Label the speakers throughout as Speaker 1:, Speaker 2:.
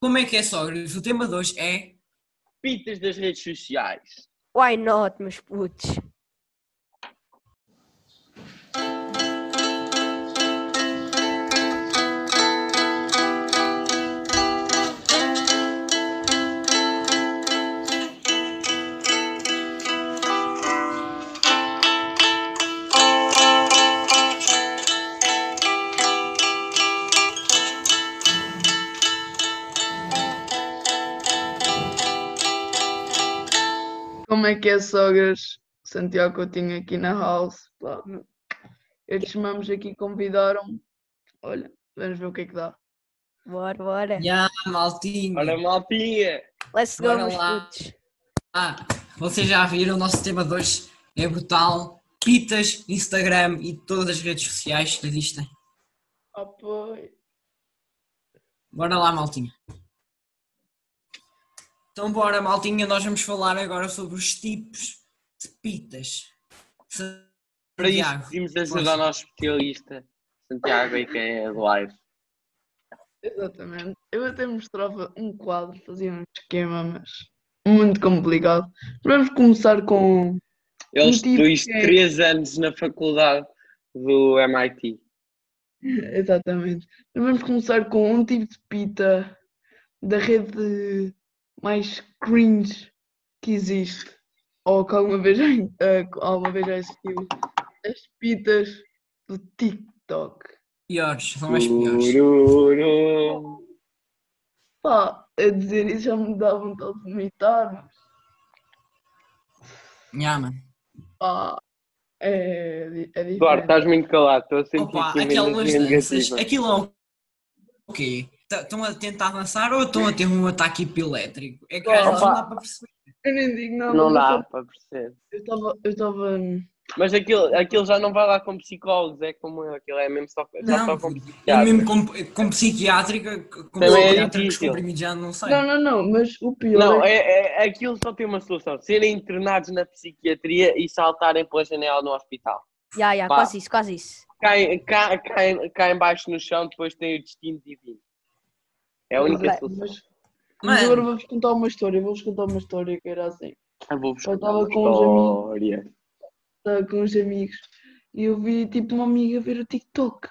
Speaker 1: Como é que é, sogras? O tema de hoje é.
Speaker 2: Pitas das redes sociais.
Speaker 3: Why not, meus putos?
Speaker 4: Como é que é, sogras? Santiago Coutinho aqui na house. Pá. Estes mamos aqui convidaram-me. Olha, vamos ver o que é que dá.
Speaker 3: Bora, bora.
Speaker 1: Ya, maltinho!
Speaker 2: Olha, maltinha.
Speaker 3: Let's go,
Speaker 1: Bora
Speaker 3: meus
Speaker 1: lá.
Speaker 3: putos.
Speaker 1: Ah, vocês já viram, o nosso tema de hoje é brutal. Pitas, Instagram e todas as redes sociais que existem.
Speaker 4: Ah, pois.
Speaker 1: Bora lá, maltinha. Então, bora, maltinha, nós vamos falar agora sobre os tipos de pitas. Sa-
Speaker 2: Para isso,
Speaker 1: Santiago,
Speaker 2: pedimos ajuda ao nosso especialista, Santiago, e quem é do live.
Speaker 4: Exatamente. Eu até mostrava um quadro, fazia um esquema, mas muito complicado. Vamos começar com.
Speaker 2: Ele
Speaker 4: Um tipo
Speaker 2: estudou isto
Speaker 4: que é-
Speaker 2: 3 anos na faculdade do MIT.
Speaker 4: Exatamente. Vamos começar com um tipo de pita da rede mais cringe que existe. Ou que alguma vez, já- eh, que alguma vez já existiu. As pitas do TikTok.
Speaker 1: piores, são as piores.
Speaker 2: Tururu.
Speaker 4: Pá, a dizer isso já me dá vontade de vomitar, mas
Speaker 1: Ya, mano.
Speaker 4: pá, é, di- é diferente.
Speaker 2: Eduardo, tá- estás muito calado, estou a sentir
Speaker 1: Opa,
Speaker 2: aqui uma
Speaker 1: aquelas
Speaker 2: energia
Speaker 1: danças,
Speaker 2: assim negativa.
Speaker 1: aquilo é o quê? Tá, Estão a tentar dançar ou estão a ter um ataque epilétrico? É que às vezes não
Speaker 2: Opa.
Speaker 1: dá para perceber.
Speaker 4: Eu nem digo nada.
Speaker 2: Não
Speaker 4: mas
Speaker 2: dá para perceber.
Speaker 4: Eu estava. Eu estava.
Speaker 2: Mas aquilo, aquilo já não vai lá com psicólogos, é como eu, aquilo é mesmo só, já
Speaker 1: Não,
Speaker 2: só com
Speaker 1: Eu mesmo
Speaker 2: psiquiatras.
Speaker 1: com, com psiquiátrica, com
Speaker 2: Também é
Speaker 1: psiquiátricos
Speaker 2: difícil.
Speaker 1: comprimidos já não sei.
Speaker 4: Não, não, não, mas o pior.
Speaker 2: Não,
Speaker 4: é...
Speaker 2: é, é- aquilo só tem uma solução: serem internados na psiquiatria e saltarem pela janela no hospital.
Speaker 3: Ya, ya,
Speaker 2: Pá.
Speaker 3: quase isso, quase isso.
Speaker 2: Caem, ca- caem, caem baixo no chão, depois têm o destino divino. É a única
Speaker 3: Ok,
Speaker 2: solução.
Speaker 4: Mas, mas
Speaker 1: Mano.
Speaker 4: agora vou-vos contar uma história. Vou-vos contar uma história que era assim.
Speaker 2: Eu vou buscar
Speaker 4: Eu tava
Speaker 2: uma
Speaker 4: com uns amigos.
Speaker 2: história.
Speaker 4: Estava eh, com uns amigos e eu vi tipo uma amiga ver o TikTok.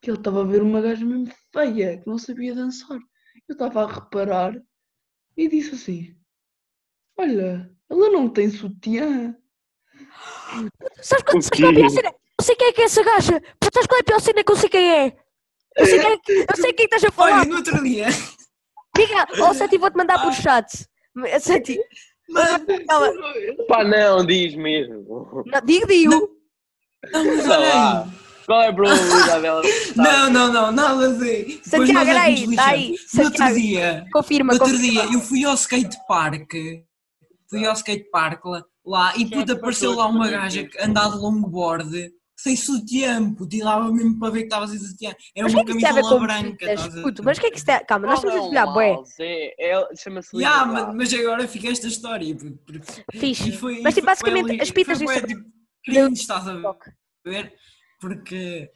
Speaker 4: Que ele estava a ver uma gaja mesmo feia, que não sabia dançar. Eu estava a reparar e disse assim: Olha, ela não tem sutiã.
Speaker 3: Sabes qual,
Speaker 2: O
Speaker 3: sabes qual é a pior
Speaker 2: quê?
Speaker 3: cena? Eu sei quem é que é essa gaja. Mas sabes qual é a pior cena que eu sei quem é? Eu sei quem, é que- eu sei quem estás a falar.
Speaker 1: Olha, Ah. no outro dia,
Speaker 3: Diga, ó Santi, vou-te mandar por chat. Santi,
Speaker 1: mano,
Speaker 3: ela-
Speaker 2: Pá, não, diz mesmo.
Speaker 3: não, digo, digo.
Speaker 1: não, mas
Speaker 2: Sei
Speaker 1: olha
Speaker 2: lá.
Speaker 1: aí.
Speaker 2: Qual é a probabilidade dela?
Speaker 1: Não, não, não, nada a ver. Depois
Speaker 3: Santiago,
Speaker 1: nós é que
Speaker 3: olha aí,
Speaker 1: nos
Speaker 3: tá
Speaker 1: lixamos.
Speaker 3: aí,
Speaker 1: No outro
Speaker 3: Santiago.
Speaker 1: dia, no
Speaker 3: Confirma,
Speaker 1: outro
Speaker 3: confirma.
Speaker 1: dia, é eu fui ao skate park, fui ao skate park lá, lá e
Speaker 2: Quem é
Speaker 1: puta,
Speaker 2: que
Speaker 1: apareceu
Speaker 2: passou
Speaker 1: lá
Speaker 2: esse
Speaker 1: uma
Speaker 2: dia?
Speaker 1: gaja que andava de longboard, sem sutiã, puto, e dava mesmo para ver que estava sem sutiã. Era
Speaker 3: Mas o
Speaker 1: uma
Speaker 3: que é que isso tem a ver
Speaker 1: camisola
Speaker 3: com
Speaker 1: branca.
Speaker 3: pitas?
Speaker 1: estás a-
Speaker 3: Puto, mas o que é que isso tem... Calma, nós estamos a desviar, bué.
Speaker 2: É, é, Chama-se
Speaker 1: Ya,
Speaker 2: liberdade.
Speaker 1: mas, mas agora fica esta história. puto, porque-
Speaker 3: Fixe.
Speaker 1: e foi-
Speaker 3: Mas, tipo,
Speaker 1: foi-
Speaker 3: basicamente,
Speaker 1: foi ali-
Speaker 3: as pitas
Speaker 1: foi
Speaker 3: do
Speaker 1: bué,
Speaker 3: Instagram-
Speaker 1: tipo, cringe, estás a ver? Porque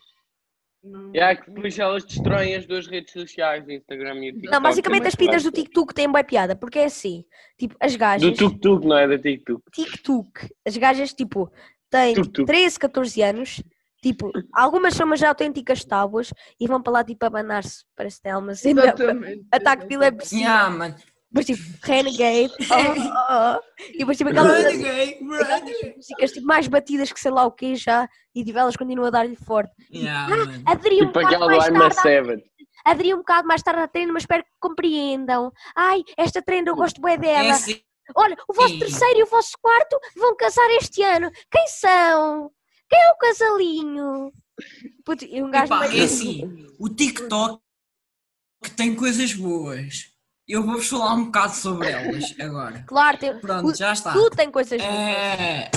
Speaker 2: E há que depois elas destroem as duas redes sociais, o Instagram e o TikTok.
Speaker 3: Não, basicamente
Speaker 1: é
Speaker 2: Também
Speaker 3: as pitas do
Speaker 2: faz.
Speaker 3: TikTok têm boa piada, porque é assim, tipo, as gajas,
Speaker 2: Do tuk-tuk, não é? Da TikTok.
Speaker 3: TikTok, as gajas, tipo, têm tipo,
Speaker 2: Tuk-tuk.
Speaker 3: 13, 14 anos, tipo, algumas são umas autênticas tábuas e vão para lá, tipo, abanar-se, parece que tem alguma cena,
Speaker 4: Exatamente.
Speaker 3: ataque de epilepsia,
Speaker 1: Yeah, mano.
Speaker 3: depois tipo, Renegade, oh, oh, oh, e depois tipo, aquelas,
Speaker 1: Renegade,
Speaker 3: aquelas
Speaker 1: Renegade.
Speaker 3: músicas tipo, mais batidas que sei lá o que já, e tipo, elas continuam a dar-lhe forte.
Speaker 1: Yeah, mano.
Speaker 3: Aderi um
Speaker 2: Tipo
Speaker 3: bocado
Speaker 2: aquela do
Speaker 3: mais
Speaker 2: I'm a
Speaker 3: tarde à
Speaker 2: Seven.
Speaker 3: aderi um bocado mais tarde à treino, mas espero que compreendam. Ai, esta treino eu gosto bem
Speaker 1: É
Speaker 3: dela.
Speaker 1: assim,
Speaker 3: Olha, o vosso
Speaker 1: sim.
Speaker 3: terceiro e o vosso quarto vão casar este ano. Quem são? Quem é o casalinho? Puto, e um gajo
Speaker 1: epá,
Speaker 3: meio-
Speaker 1: é assim. O TikTok que tem coisas boas. Eu vou-vos falar um bocado sobre elas agora.
Speaker 3: Claro, tem...
Speaker 1: Pronto, já está.
Speaker 3: tudo tem coisas boas.
Speaker 1: É...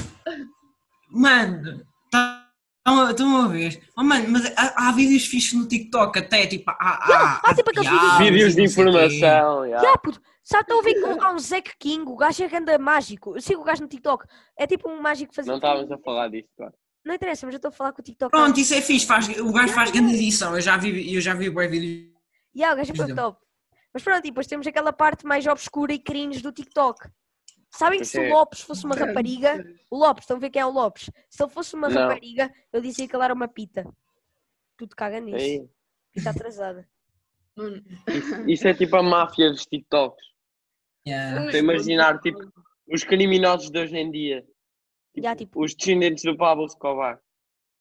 Speaker 1: Mano, tá- estão a- estão a ver? Oh, mano, mas há, há vídeos fixos no TikTok até, tipo, há, há,
Speaker 3: Yeah,
Speaker 1: há
Speaker 3: fazem para aqueles
Speaker 1: piadas e
Speaker 2: Vídeos de
Speaker 1: não sei quê.
Speaker 2: informação. já.
Speaker 3: Já, puto, sabe, estão a ver que há um Zack King, o gajo é ganda mágico. Eu sigo o gajo no TikTok. É tipo um mágico fazer.
Speaker 2: Não estávamos a falar disso. pá.
Speaker 3: Não interessa, mas eu estou a falar com o TikTok.
Speaker 1: Pronto, isso é fixe, faz, o gajo faz grande edição, eu já vi, eu já vi bué vídeos
Speaker 3: E há o gajo é
Speaker 1: Pois
Speaker 3: bué
Speaker 1: não.
Speaker 3: top. Mas pronto, e depois temos aquela parte mais obscura e cringe do TikTok. Sabem que se
Speaker 2: Sim.
Speaker 3: o Lopes fosse uma rapariga, o Lopes, estão a ver quem é o Lopes? Se ele fosse uma
Speaker 2: Não.
Speaker 3: rapariga, eu dizia que ele era uma pita. Tudo caga nisso.
Speaker 2: Aí.
Speaker 3: Pita atrasada.
Speaker 4: Mano,
Speaker 2: Isso é tipo a máfia dos TikToks.
Speaker 3: Hum.
Speaker 1: Yeah.
Speaker 2: Estou a imaginar, tipo, os criminosos de hoje em dia. Tipo,
Speaker 3: Já, tipo-
Speaker 2: Os descendentes do Pablo Escobar.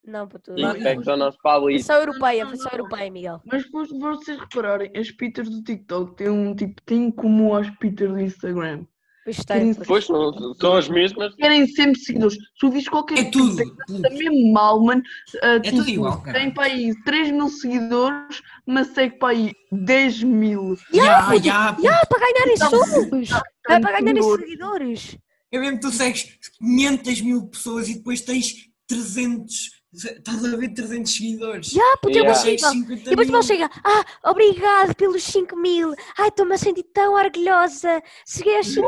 Speaker 3: Não, para tu.
Speaker 2: E
Speaker 1: Não,
Speaker 2: infectos ao nosso Pablo e
Speaker 3: Versão europeia,
Speaker 4: não,
Speaker 3: versão
Speaker 4: não.
Speaker 3: europeia, Miguel.
Speaker 4: Mas pois, vocês repararem, as pitas do TikTok têm um tipo, têm em comum as pitas do Instagram.
Speaker 3: Pois
Speaker 4: Querem
Speaker 3: tem. pois.
Speaker 2: Pois, são, são as mesmas.
Speaker 4: Querem sempre seguidores. Se tu vis qualquer
Speaker 1: É tudo.
Speaker 4: pita que
Speaker 1: tudo.
Speaker 4: está mesmo mal, mano, ah,
Speaker 1: É tudo igual, cara.
Speaker 4: tem para aí 3 mil seguidores, mas segue para aí 10 mil.
Speaker 1: Yeah, yeah, puto.
Speaker 3: Ah, para ganharem
Speaker 4: Não.
Speaker 2: Então,
Speaker 3: subs! Ah, para ganharem
Speaker 4: seguidores.
Speaker 3: seguidores!
Speaker 1: É mesmo que tu segues 500 mil pessoas e depois tens 300. Estás a ver 300 seguidores.
Speaker 3: Já, puto, é
Speaker 2: Yeah.
Speaker 1: Segues
Speaker 3: possível!
Speaker 1: 50
Speaker 3: E depois
Speaker 1: mil.
Speaker 3: vão chegar, ah, obrigado pelos 5 mil, ai, estou-me a sentir tão orgulhosa, cheguei aos 5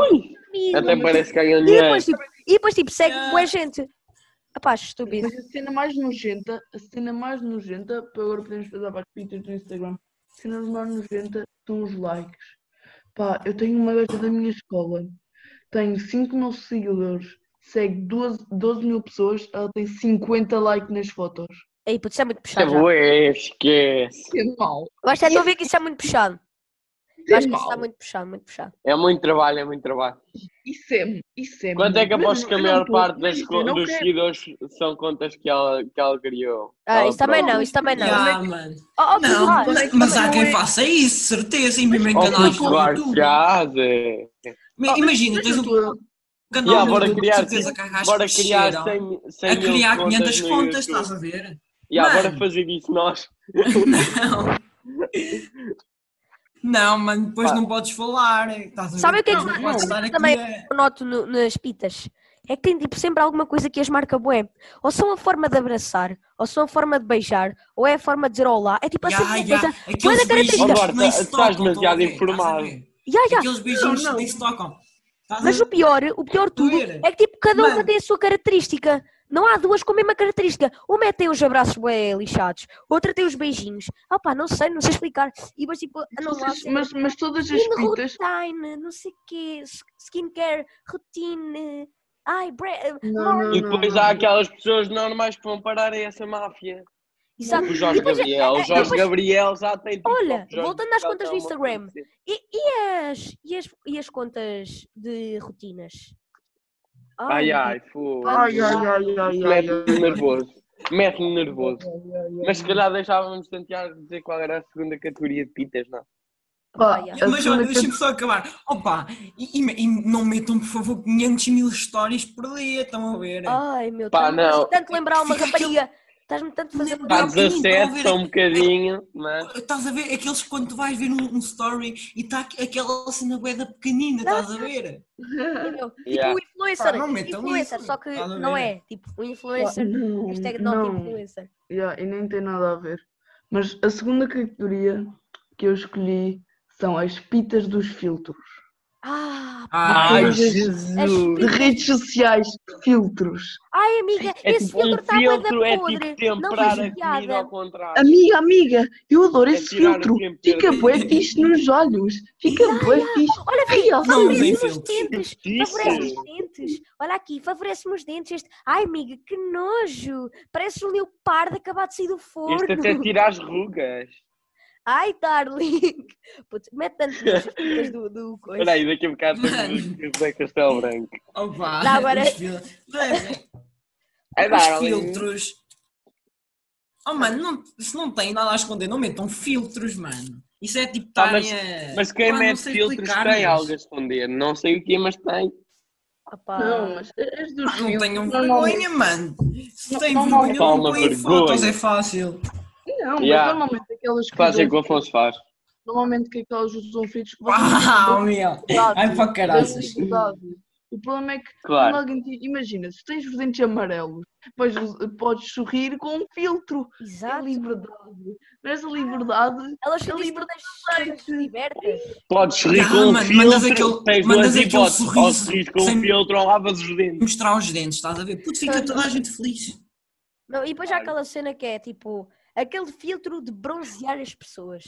Speaker 3: mil.
Speaker 2: Até parece que ganham
Speaker 3: E
Speaker 2: dinheiro.
Speaker 3: depois, tipo, e depois, tipo segue
Speaker 1: Yeah.
Speaker 3: boa gente. Rapaz, estúpido.
Speaker 4: Mas a cena mais nojenta, a cena mais nojenta, para agora podemos fazer para as pitas do Instagram, a cena mais nojenta são os likes. Pá, eu tenho uma gaja da minha escola, tenho 5 mil seguidores, segue 12, 12 mil pessoas, ela tem 50 likes nas fotos.
Speaker 3: Ei, puto, isso é muito
Speaker 2: Isso é
Speaker 3: puxado. já.
Speaker 2: bué, esquece.
Speaker 3: é
Speaker 4: Que mal.
Speaker 3: Eu acho que estou a ver que isso é muito puxado.
Speaker 4: é
Speaker 3: Eu acho que isso está muito puxado, muito puxado.
Speaker 2: É muito trabalho, é muito trabalho.
Speaker 4: Isso é, isso é
Speaker 2: Quanto é que
Speaker 4: mal.
Speaker 2: aposto que a
Speaker 4: Mas eu
Speaker 2: maior
Speaker 4: não- eu não
Speaker 2: parte das
Speaker 4: quero,
Speaker 2: co-
Speaker 4: eu não
Speaker 2: dos
Speaker 4: quero.
Speaker 2: seguidores são contas que ela, que ela criou?
Speaker 3: Ah,
Speaker 2: Ela
Speaker 3: isso também
Speaker 2: própria.
Speaker 3: não, isso também não.
Speaker 1: Yeah, mano.
Speaker 3: Oh,
Speaker 1: Não,
Speaker 3: oh, Pilar,
Speaker 4: mas-
Speaker 1: mas, mas há quem faça isso, certeza, e mesmo em
Speaker 2: Oh,
Speaker 1: canais
Speaker 2: puto,
Speaker 1: do
Speaker 2: claro
Speaker 1: YouTube.
Speaker 2: que há, Zé.
Speaker 1: Ma- Imagina, tens
Speaker 4: é
Speaker 1: um canal
Speaker 2: Yeah,
Speaker 1: do
Speaker 2: bora
Speaker 1: YouTube, de
Speaker 2: criar-
Speaker 1: certeza que arrasta
Speaker 2: Bora criar
Speaker 1: cheiro.
Speaker 2: 100, 100
Speaker 1: A
Speaker 2: mil
Speaker 1: criar
Speaker 2: contas
Speaker 1: 500
Speaker 2: no
Speaker 1: contas,
Speaker 2: YouTube.
Speaker 1: estás a ver?
Speaker 2: Yeah,
Speaker 1: Mano.
Speaker 2: bora fazer isso nós.
Speaker 1: Não. Não, mano, depois
Speaker 2: Pá.
Speaker 1: não podes falar. Estás a ver?
Speaker 3: Sabem o que é que
Speaker 1: Não,
Speaker 3: se-
Speaker 1: não podes estar aqui
Speaker 3: também-
Speaker 1: a-
Speaker 3: eu noto no- nas pitas é que tem tipo sempre alguma coisa que as marca bué. Ou são a forma de abraçar, ou são a forma de beijar, ou é a forma de dizer olá. É tipo assim
Speaker 1: Ya,
Speaker 3: uma
Speaker 1: ya,
Speaker 3: coisa.
Speaker 1: aqueles
Speaker 3: Olha, características.
Speaker 1: beijinhos
Speaker 2: Ó,
Speaker 1: que nem
Speaker 2: Marta,
Speaker 1: se
Speaker 2: tá- estás
Speaker 1: tocam, estão a
Speaker 2: demasiado
Speaker 1: ver? Estás a
Speaker 2: informado.
Speaker 1: ver?
Speaker 3: Ya, ya.
Speaker 1: Aqueles beijinhos
Speaker 4: Não, não.
Speaker 1: que nem se tocam. Estás a-
Speaker 3: Mas o pior, o pior de tudo
Speaker 1: doer.
Speaker 3: é que tipo cada uma
Speaker 1: Mano.
Speaker 3: tem a sua característica. Não há duas com a mesma característica. Uma é tem os abraços bué lixados, outra tem os beijinhos. Ah pá, não sei, não sei explicar. E depois tipo, andam lá. a
Speaker 4: Mas-
Speaker 3: dizer,
Speaker 4: Mas, mas todas as
Speaker 3: Skin
Speaker 4: pitas.
Speaker 3: routine, não sei o quê, s- skincare, routine, ai, bre... eh,
Speaker 4: Não, não,
Speaker 2: E
Speaker 4: não,
Speaker 2: depois
Speaker 4: não.
Speaker 2: há aquelas pessoas normais que vão parar a essa máfia.
Speaker 3: Exato.
Speaker 2: O Jorge
Speaker 3: E depois- é,
Speaker 2: Gabriel. O Jorge
Speaker 3: depois-
Speaker 2: Gabriel já tem. TikTok,
Speaker 3: Olha,
Speaker 2: Jorge
Speaker 3: voltando às
Speaker 2: Gabriel
Speaker 3: contas
Speaker 2: é
Speaker 3: do
Speaker 2: uma
Speaker 3: Instagram.
Speaker 2: coisa.
Speaker 3: E, e as, e, as, e as contas de rotinas?
Speaker 2: Ai, ai, foda
Speaker 4: Ai, ai, ai, ai, ai, ai.
Speaker 2: Mete-me nervoso. Mete-me nervoso. Mas se calhar deixávamos tentar dizer qual era a segunda categoria de pitas, não?
Speaker 4: Pá,
Speaker 3: Ai, ai.
Speaker 4: a
Speaker 1: Mas olha,
Speaker 4: segunda
Speaker 1: deixa-me só acabar. Opa, e, e- e não metam, por favor, 500 mil histórias por dia, estão a ver?
Speaker 3: Ai, meu
Speaker 2: Pá,
Speaker 3: Deus, estás-me
Speaker 2: não.
Speaker 3: tanto lembrar uma
Speaker 1: Fica
Speaker 3: rapariga. Estás-me tanto a
Speaker 1: Não,
Speaker 3: fazer
Speaker 2: Há
Speaker 3: lembrar.
Speaker 1: pá,
Speaker 3: uma-
Speaker 2: 17, são um bocadinho, mas.
Speaker 1: Estás a ver aqueles quando tu vais ver um, um story e está aquela cena boeda pequenina, estás a ver?
Speaker 3: entendeu? Tipo
Speaker 2: Yeah.
Speaker 3: um influencer. tipo,
Speaker 1: Pá, não metam
Speaker 3: influencer,
Speaker 1: isso.
Speaker 3: só que
Speaker 1: Estás a
Speaker 3: não
Speaker 1: ver?
Speaker 3: é. Tipo, um
Speaker 4: Pá,
Speaker 3: influencer.
Speaker 4: não, tipo
Speaker 3: Hashtag not
Speaker 4: não.
Speaker 3: influencer.
Speaker 4: Yeah, e nem tem nada a ver. Mas a segunda categoria que eu escolhi são as pitas dos filtros.
Speaker 3: Ah,
Speaker 1: Ai,
Speaker 4: Ai,
Speaker 3: Jesus.
Speaker 4: De redes sociais, filtros.
Speaker 3: ai, amiga,
Speaker 2: É
Speaker 3: esse
Speaker 2: tipo um
Speaker 3: filtro está bué da
Speaker 2: filtro, é
Speaker 3: podre.
Speaker 2: tipo
Speaker 3: não
Speaker 2: temperar
Speaker 3: faz
Speaker 2: a comida ao
Speaker 3: piada.
Speaker 2: contrário.
Speaker 4: Amiga, amiga, eu adoro
Speaker 2: É
Speaker 4: esse
Speaker 2: tirar o
Speaker 4: filtro.
Speaker 2: tempo
Speaker 4: Fica
Speaker 2: todo.
Speaker 4: bué fixe nos olhos. Fica bué fixe.
Speaker 3: Olha,
Speaker 4: Real.
Speaker 1: Não usem
Speaker 3: favorece-me os
Speaker 1: filtros.
Speaker 3: dentes.
Speaker 2: Isso.
Speaker 3: Favorece-me os dentes. Olha aqui, favorece-me os dentes. Este... Ai, amiga, que nojo. Parece um leopardo acabado de sair do forno.
Speaker 2: Este até tira é as rugas.
Speaker 3: Ai, darling. Putz, mete tanto nojo as coisas do, do coisa.
Speaker 2: Espera aí, daqui a bocado temos
Speaker 1: Mano.
Speaker 2: o Zé Castelo Branco.
Speaker 1: Opa,
Speaker 3: Dá agora.
Speaker 1: os fil- Devem,
Speaker 2: É
Speaker 1: os
Speaker 2: darling.
Speaker 1: filtros.
Speaker 2: Tá.
Speaker 1: Oh mano, não, se não tem nada a esconder, não metam filtros, mano. Isso é tipo
Speaker 2: Ah, mas-
Speaker 1: estarem a-
Speaker 2: Mas quem
Speaker 1: Pá, não
Speaker 2: mete
Speaker 1: sei
Speaker 2: filtros
Speaker 1: explicar,
Speaker 2: tem
Speaker 1: mas-
Speaker 2: algo a esconder. Não sei o que, mas tem.
Speaker 3: Opá.
Speaker 4: Não, mas as dos
Speaker 1: Ah, Não
Speaker 4: filtros.
Speaker 1: tenham
Speaker 4: normalmente-
Speaker 1: vergonha, mano. Se
Speaker 4: Não,
Speaker 1: têm
Speaker 4: não,
Speaker 1: vergonha,
Speaker 2: não.
Speaker 1: não
Speaker 2: Toma
Speaker 1: põem
Speaker 2: vergonha.
Speaker 1: fotos, é fácil.
Speaker 4: Não, mas
Speaker 2: Yeah.
Speaker 4: normalmente aquelas que
Speaker 2: Fazem o que o
Speaker 4: usam-
Speaker 2: Afonso faz.
Speaker 4: Normalmente que aquelas usam filtros.
Speaker 1: Uau, meu. Ai, para caraças.
Speaker 4: Verdade. O problema é que quando
Speaker 2: Claro.
Speaker 4: alguém te- imagina, se tens os dentes amarelos, depois us- podes sorrir com um filtro. É
Speaker 3: Exato.
Speaker 4: liberdade. Mas a liberdade.
Speaker 3: Elas
Speaker 4: Eu
Speaker 3: ficam
Speaker 4: um livro-
Speaker 3: todas santas, libertas.
Speaker 2: Podes rir
Speaker 1: Ah,
Speaker 2: com um
Speaker 1: mano,
Speaker 2: filtro.
Speaker 1: mandas aquele-
Speaker 2: tens
Speaker 1: mandas
Speaker 2: duas
Speaker 1: aquele
Speaker 2: hipóteses. Ou
Speaker 1: sorriso
Speaker 2: sorris com um
Speaker 1: sem-
Speaker 2: filtro ou lavas os dentes.
Speaker 1: Mostrar os dentes, estás a ver? Putz, fica toda a gente feliz.
Speaker 3: Não, e depois há
Speaker 2: Claro.
Speaker 3: aquela cena que é tipo aquele filtro de bronzear as pessoas.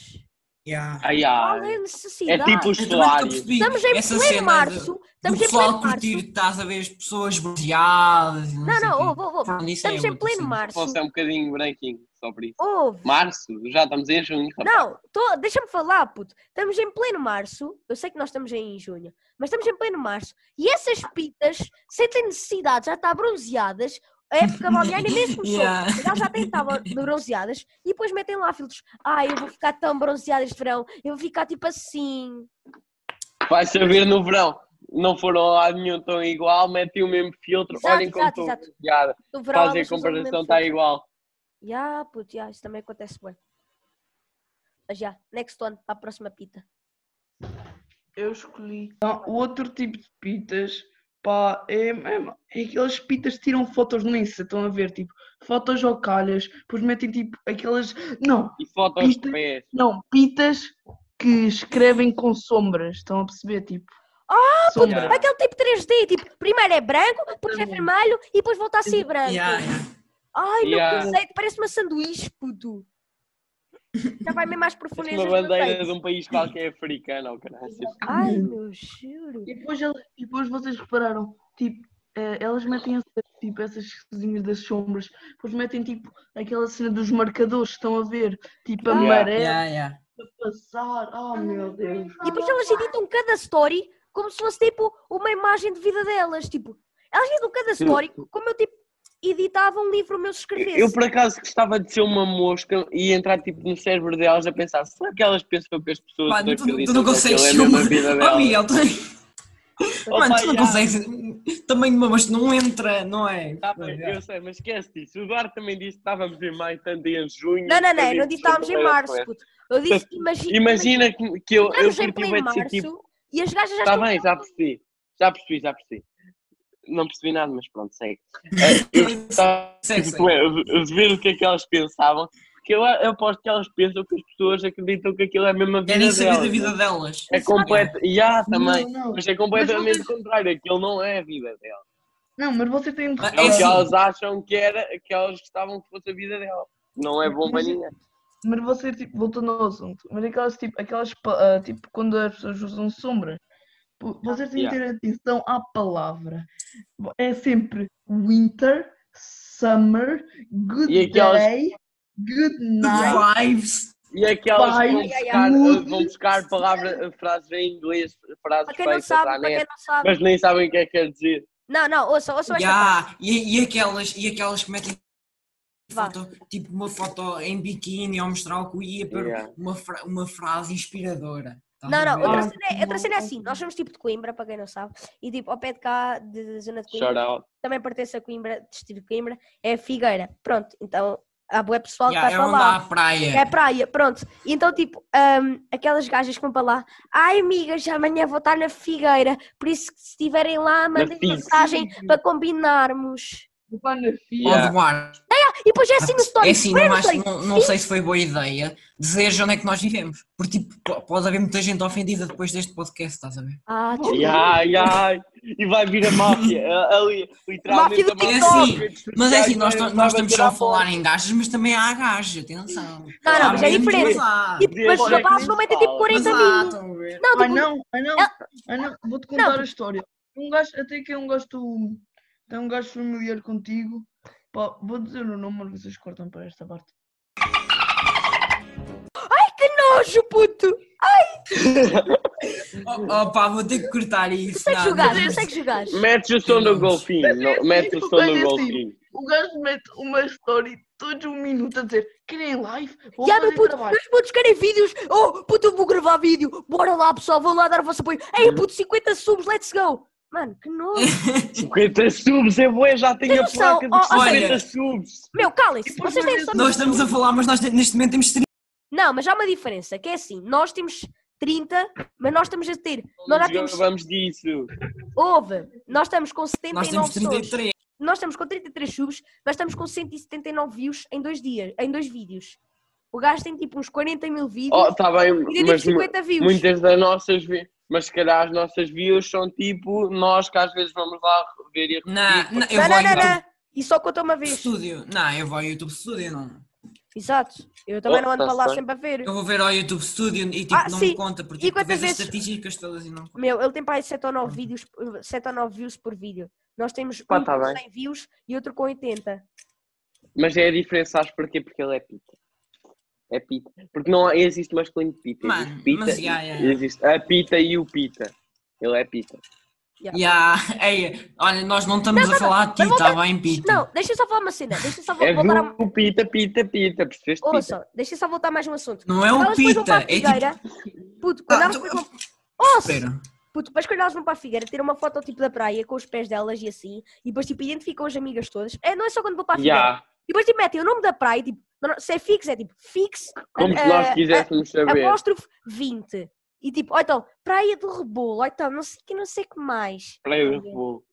Speaker 1: Yeah.
Speaker 2: Ai, ai.
Speaker 3: Qual é a
Speaker 2: É
Speaker 3: necessidade?
Speaker 2: tipo os
Speaker 1: Eu também não
Speaker 2: salários.
Speaker 1: percebi
Speaker 3: Estamos em
Speaker 1: essa
Speaker 3: pleno
Speaker 1: cena
Speaker 3: março.
Speaker 1: Do, do
Speaker 3: Estamos em pleno
Speaker 1: pessoal
Speaker 3: março.
Speaker 1: curtir, estás a ver as pessoas bloqueadas. e
Speaker 3: Não,
Speaker 1: sei
Speaker 3: não,
Speaker 1: quê.
Speaker 3: ouve, ouve, ouve.
Speaker 1: Falando nisso, é
Speaker 3: Estamos em
Speaker 1: outro
Speaker 3: pleno
Speaker 1: assunto.
Speaker 3: março.
Speaker 2: Afonso é um bocadinho branquinho, só por isso.
Speaker 3: Ouve.
Speaker 2: Março, já estamos em junho. rapaz.
Speaker 3: Não, tô- deixa-me falar, puto. Estamos em pleno março. Eu sei que nós estamos em junho, mas estamos em pleno março. E essas pitas sentem necessidade, já está bronzeadas. A época balneária mesmo começou.
Speaker 1: Yeah.
Speaker 3: mas Elas já têm estava bronzeadas e depois metem lá filtros. Ai, eu vou ficar tão bronzeada este verão. Eu vou ficar tipo assim.
Speaker 2: Vai saber no verão. Não foram a lado nenhum tão igual, meti o mesmo filtro.
Speaker 3: Exato,
Speaker 2: Olhem como
Speaker 3: exato,
Speaker 2: estou
Speaker 3: exato.
Speaker 2: bloqueada.
Speaker 3: No verão
Speaker 2: Fazem a
Speaker 3: elas usam o
Speaker 2: comparação, tá
Speaker 3: mesmo
Speaker 2: está
Speaker 3: um filtro.
Speaker 2: igual.
Speaker 3: Ya, puto, ya, isso também acontece bem. Mas já, next one, para a próxima pita.
Speaker 4: Eu escolhi. Não, o outro tipo de pitas, pá, é, mesmo- é aquelas pitas que tiram fotos no Insta, estão a ver, tipo, fotos ou calhas, depois metem tipo aquelas. Não,
Speaker 2: E fotos
Speaker 1: é
Speaker 4: Isto-
Speaker 2: de pés.
Speaker 4: não, pitas que escrevem com sombras, estão a perceber, tipo.
Speaker 3: Ah, puto,
Speaker 2: Ya.
Speaker 3: Aquele tipo 3D, tipo, primeiro é branco, depois é
Speaker 4: Exatamente.
Speaker 3: vermelho e depois volta a ser branco.
Speaker 1: Yeah, yeah.
Speaker 3: Ai, meu
Speaker 2: Ya.
Speaker 3: conceito, parece uma sanduíche, puto. Já vai mesmo mais profundezas
Speaker 2: Uma
Speaker 3: do
Speaker 2: bandeira Ah,
Speaker 3: peito.
Speaker 2: de um país qualquer africano, ou caralho.
Speaker 3: Ai, meu juro.
Speaker 4: E depois, ele- e depois vocês repararam, tipo, eh, elas metem essa- tipo, essas coisinhas das sombras, depois metem tipo aquela cena dos marcadores, estão a ver, tipo
Speaker 3: Ah.
Speaker 4: amarelo,
Speaker 1: Yeah, yeah.
Speaker 4: a passar, oh meu Deus.
Speaker 3: E depois elas editam cada story como se fosse tipo uma imagem de vida delas. Tipo, elas editam cada story como eu tipo editava um livro meu
Speaker 1: Ah,
Speaker 3: se escrevesse.
Speaker 2: Eu, por acaso, gostava de ser uma mosca e entrar, tipo, no cérebro delas a pensar será que elas pensam que as pessoas
Speaker 1: Pá, tu, tu, tu
Speaker 2: acreditam
Speaker 1: não
Speaker 2: que
Speaker 1: consegues
Speaker 2: aquilo é
Speaker 1: ser
Speaker 2: mesmo
Speaker 1: uma.
Speaker 2: a vida
Speaker 1: Oh,
Speaker 2: delas?
Speaker 1: Miguel, tu, mano,
Speaker 2: Opa,
Speaker 1: tu não
Speaker 2: já.
Speaker 1: consegues. Também de uma, mas não entra, não é?
Speaker 2: Tá bem, eu sei, mas esquece disso. O Duarte também disse que estávamos em maio, tanto em junho.
Speaker 3: Não, não, não,
Speaker 2: tanto
Speaker 3: não editávamos em março, puto. Eu disse que imagina.
Speaker 2: Imagina que, que eu, eu
Speaker 3: Estamos em
Speaker 2: curti
Speaker 3: pleno
Speaker 2: bem de ser
Speaker 3: março
Speaker 2: tipo.
Speaker 3: e as gajas já
Speaker 2: Está
Speaker 3: estão.
Speaker 2: bem, já percebi. Já percebi, já percebi. Não percebi nada, mas pronto, segue. Eh, Eu gostava
Speaker 1: Segue,
Speaker 2: tipo,
Speaker 1: segue.
Speaker 2: eh, de- de ver o que é que elas pensavam. Porque eu eu aposto que elas pensam que as pessoas acreditam que aquilo é a mesma vida.
Speaker 1: Querem saber da
Speaker 2: delas.
Speaker 1: vida delas.
Speaker 2: É completo. E há também.
Speaker 4: Não, não.
Speaker 2: Mas é completamente
Speaker 4: Mas vocês-
Speaker 2: contrário. Aquilo não é a vida delas.
Speaker 4: Não, mas vocês têm de
Speaker 1: Ah,
Speaker 2: É
Speaker 1: É
Speaker 2: o que
Speaker 1: assim.
Speaker 2: elas acham que era, que elas gostavam que fosse a vida delas. Não é bom para
Speaker 4: Mas-
Speaker 2: ninguém.
Speaker 4: Mas você, tipo, voltando ao assunto, mas aquelas, tipo, aquelas, pa- ah, tipo, quando as pessoas usam sombra, po- vocês têm que ter atenção à palavra. É sempre winter, summer, good
Speaker 2: E aquelas-
Speaker 4: day, good night.
Speaker 1: Lives.
Speaker 2: E é que elas
Speaker 4: Pai,
Speaker 2: vão
Speaker 4: ai,
Speaker 3: ai,
Speaker 2: buscar,
Speaker 4: ai.
Speaker 2: vão buscar palavra, frases em inglês, frases
Speaker 3: Para quem não
Speaker 2: feitas
Speaker 3: sabe,
Speaker 2: à
Speaker 3: para
Speaker 2: net,
Speaker 3: quem não sabe.
Speaker 2: mas nem sabem o que é que quer dizer.
Speaker 3: Não, não, ouça, ouça esta parte.
Speaker 1: Yeah. E, e, aquelas, e aquelas que metem
Speaker 3: Vá.
Speaker 1: foto, tipo uma foto em biquíni ao mostrar o cu e a pôr
Speaker 2: Yeah.
Speaker 1: uma, fra- uma frase inspiradora. Estás
Speaker 3: Não,
Speaker 1: a
Speaker 3: não,
Speaker 1: ver?
Speaker 3: outra
Speaker 4: Ah,
Speaker 3: cena, é, outra
Speaker 4: não,
Speaker 3: cena é
Speaker 4: não.
Speaker 3: assim. Nós somos tipo de Coimbra, para quem não sabe. E tipo, ao pé de cá, de, da zona de Coimbra,
Speaker 2: Shout out.
Speaker 3: também pertence a Coimbra, distrito de Coimbra, é a Figueira. Pronto, então há boa pessoal que
Speaker 1: Yeah,
Speaker 3: vai
Speaker 1: é
Speaker 3: para
Speaker 1: onde
Speaker 3: lá.
Speaker 1: há a praia.
Speaker 3: É praia, pronto. E Então, tipo, hum, aquelas gajas que vão para lá, ai amigas, já amanhã vou estar na Figueira, por isso que se estiverem lá, mandem
Speaker 2: Figueira.
Speaker 3: mensagem para combinarmos.
Speaker 4: Pá, na fia.
Speaker 1: Ó,
Speaker 2: Yeah.
Speaker 1: Duarte,
Speaker 3: E depois é assim no story.
Speaker 1: É assim, não,
Speaker 3: Espera,
Speaker 1: acho-
Speaker 3: story.
Speaker 1: não, não sei se foi boa ideia dizer onde é que nós vivemos. Porque tipo, po- pode haver muita gente ofendida depois deste podcast, estás a ver?
Speaker 3: Ah, desculpa.
Speaker 2: E, ai, ai, e vai vir a máfia. a- Ali, literalmente
Speaker 3: Máfia do
Speaker 1: TikTok. Mas é assim, nós, nós estamos só a falar em gajas, mas também há gajas, atenção.
Speaker 3: Não, não, mas é
Speaker 1: Há menos,
Speaker 3: diferente.
Speaker 1: mas há.
Speaker 3: Tipo, mas os
Speaker 2: Desde
Speaker 3: rapazes
Speaker 2: que
Speaker 3: vão
Speaker 2: nem
Speaker 3: meter tipo
Speaker 2: fala.
Speaker 3: 40
Speaker 1: Mas há,
Speaker 3: mil.
Speaker 1: estão a ver?
Speaker 3: Não,
Speaker 4: Ah,
Speaker 3: tipo,
Speaker 4: não, ah, não, ah, não, vou-te contar a história. Um gajo, até que é um gajo, tu, tem um gajo familiar contigo, pá, vou dizer o nome, mas vocês cortam para esta parte.
Speaker 3: nojo, puto.
Speaker 1: Oh, oh, pá, vou ter que cortar isso.
Speaker 3: Consegue
Speaker 1: não,
Speaker 3: jogar,
Speaker 1: não.
Speaker 3: consegue jogar.
Speaker 2: Metes o som do
Speaker 1: Não.
Speaker 2: golfinho. não- Metes o som
Speaker 4: Mas é
Speaker 2: do
Speaker 4: assim.
Speaker 2: golfinho.
Speaker 4: O gajo mete uma story todos um minuto a dizer querem live? Vou
Speaker 3: Já, meu
Speaker 4: fazer
Speaker 3: puto,
Speaker 4: trabalho.
Speaker 3: meus putos querem vídeos. Oh, puto, eu vou gravar vídeo. Bora lá, pessoal, vão lá dar o vosso apoio. Ei,
Speaker 1: Uhum.
Speaker 3: puto, 50 subs, let's go. Mano, que nojo.
Speaker 2: 50 subs, é boé, já tenho a
Speaker 3: noção?
Speaker 2: placa
Speaker 3: Oh,
Speaker 2: dos
Speaker 1: olha.
Speaker 2: 50 subs.
Speaker 3: Meu, calem-se,
Speaker 4: depois
Speaker 3: vocês
Speaker 4: não é
Speaker 3: têm só
Speaker 1: Nós estamos a falar, mas nós te- neste momento temos 30.
Speaker 3: Não, mas há uma diferença, que é assim, nós temos 30, mas nós estamos a ter, nós já temos,
Speaker 2: Vamos disso.
Speaker 3: houve, nós estamos com
Speaker 1: Nós temos
Speaker 3: 79 subs,
Speaker 1: 33.
Speaker 3: nós estamos com 33 subs, mas estamos com 179 views em dois dias, em dois vídeos. O gajo tem tipo uns 40 mil vídeos
Speaker 2: Oh, tá bem,
Speaker 3: e tem tipo
Speaker 2: mas
Speaker 3: 50 views.
Speaker 2: Muitas das nossas views, mas se calhar as nossas views são tipo nós que às vezes vamos lá ver e
Speaker 1: Não,
Speaker 2: repetir.
Speaker 1: não, eu vou
Speaker 3: Não, não,
Speaker 1: ao
Speaker 3: não,
Speaker 1: YouTube
Speaker 3: não, e só conta uma vez.
Speaker 1: Studio. Não, eu vou ao YouTube Studio, não.
Speaker 3: Exato. Eu também não ando para lá
Speaker 2: Nossa.
Speaker 3: sempre a ver.
Speaker 1: Eu vou ver ao YouTube Studio e tipo,
Speaker 3: Ah,
Speaker 1: não
Speaker 3: sim.
Speaker 1: me conta, porque
Speaker 3: E
Speaker 1: tu
Speaker 3: quantas
Speaker 1: vês as
Speaker 3: vezes-
Speaker 1: estatísticas todas e não.
Speaker 3: Meu, ele tem para aí 7 ou 9 vídeos, 7 ou 9 views por vídeo. Nós temos
Speaker 2: Pá,
Speaker 3: um
Speaker 2: tá
Speaker 3: com
Speaker 2: bem.
Speaker 3: 100 views e outro com 80.
Speaker 2: Mas é a diferença, sabes porquê? Porque ele é pita. É pita. Porque não há- existe masculino de pita.
Speaker 1: Mano,
Speaker 2: existe pita
Speaker 1: mas
Speaker 2: e-
Speaker 1: já, já, já.
Speaker 2: Existe a pita e o pita. Ele é pita.
Speaker 1: E há- ei, olha, nós não estamos a falar de ti,
Speaker 3: Mas
Speaker 1: está
Speaker 3: volta-
Speaker 1: bem, Pita?
Speaker 3: Não, deixa eu só falar uma cena. Deixa eu só
Speaker 2: É
Speaker 3: vo- voltar a...
Speaker 2: do pita, pita, pita. Percebeste? Pita.
Speaker 3: Ouça, deixa eu só voltar a mais um assunto.
Speaker 1: Não é
Speaker 3: Quando
Speaker 1: o
Speaker 3: elas depois vão
Speaker 1: Pita,
Speaker 3: para a
Speaker 1: é tipo.
Speaker 3: Figueira... Puto,
Speaker 1: Ah,
Speaker 3: quando elas
Speaker 1: tu-
Speaker 3: depois vão... Ouça!
Speaker 1: Espera.
Speaker 3: Puto, depois quando elas vão para a Figueira, tiram uma foto tipo da praia com os pés delas e assim, e depois tipo identificam as amigas todas. É, não é só quando
Speaker 4: tá
Speaker 3: vou para a Figueira.
Speaker 2: Já,
Speaker 3: E depois tipo metem o nome da praia, tipo, não, não, se é fixo, é tipo fix,
Speaker 2: como se
Speaker 3: eh,
Speaker 4: É,
Speaker 2: nós quiséssemos saber.
Speaker 3: apóstrofe 20. E tipo, ó então, praia do Rebolo, ó então, não sei que, não sei que mais.
Speaker 2: Praia do Rebolo.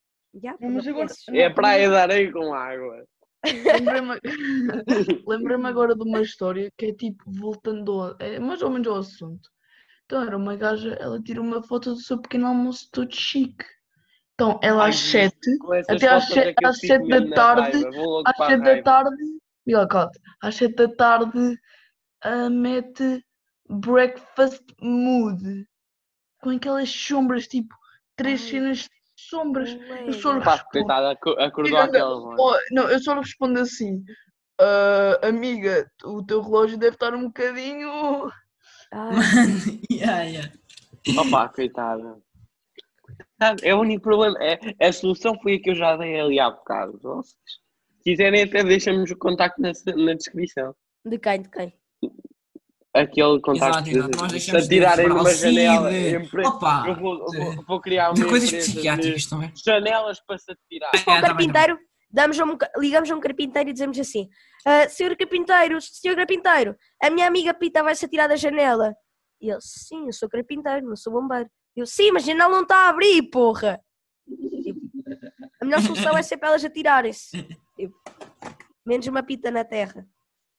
Speaker 3: Já,
Speaker 4: Não, mas
Speaker 3: não
Speaker 4: agora-
Speaker 3: conheces.
Speaker 2: É a praia de areia com água.
Speaker 4: Lembrei-me lembrei-me agora de uma história que é tipo, voltando ao, é mais ou menos ao assunto. Então era uma gaja, ela tira uma foto do seu pequeno almoço todo chique. Então ela às
Speaker 2: Ai,
Speaker 4: 7,
Speaker 2: Com essas
Speaker 4: Até às
Speaker 2: fotos é
Speaker 4: se-
Speaker 2: que eu
Speaker 4: às
Speaker 2: fico
Speaker 4: sete da
Speaker 2: mesmo na
Speaker 4: tarde,
Speaker 2: raiva. Vou logo
Speaker 4: às
Speaker 2: para a
Speaker 4: 7 da
Speaker 2: raiva.
Speaker 4: tarde, Miguel Cote, às 7 da tarde ah, mete breakfast mood com aquelas sombras, tipo, três
Speaker 3: Ai.
Speaker 4: cenas de sombras.
Speaker 3: Ué.
Speaker 4: sou- um
Speaker 2: Pá, coitada, aco- acordou
Speaker 4: Miranda,
Speaker 2: aquela voz.
Speaker 4: Oh, não, eu só lhe respondo assim. "Ah, amiga, o teu relógio deve estar um bocadinho.
Speaker 1: Mano,
Speaker 3: Ai,
Speaker 1: yeah, yeah.
Speaker 2: Opa, coitada. Sabe, é o único problema. É, a solução foi a que eu já dei ali há bocado. Ou Se quiserem, até deixamos o contacto na, na descrição.
Speaker 3: de quem, de
Speaker 1: É,
Speaker 3: quem?
Speaker 2: Aquele
Speaker 1: Exato,
Speaker 2: contacto.
Speaker 1: exato.
Speaker 2: de-
Speaker 1: Nós
Speaker 2: de-
Speaker 1: deixamos
Speaker 2: se
Speaker 1: de
Speaker 2: atirarem
Speaker 1: referar
Speaker 2: numa
Speaker 1: ao Cid.
Speaker 2: janela. empre-
Speaker 1: Opa,
Speaker 2: Eu vou, eu vou-
Speaker 1: de-
Speaker 2: eu vou criar
Speaker 1: é,
Speaker 2: uma
Speaker 1: de coisas
Speaker 2: empresa de
Speaker 1: psiquiátricas também.
Speaker 2: Janelas para se atirar.
Speaker 3: Para
Speaker 1: É,
Speaker 3: o
Speaker 1: tá bem, tá bem.
Speaker 3: carpinteiro, damos a um ca- ligamos a um carpinteiro e dizemos assim: "Ah, Senhor carpinteiro, senhor carpinteiro, a minha amiga Pita vai se atirar da janela. E ele: Sim, eu sou carpinteiro, não sou bombeiro. Eu: Sim, mas a janela não está a abrir, porra. Tipo, a melhor solução é sempre elas atirarem-se. Tipo, menos uma pita na terra.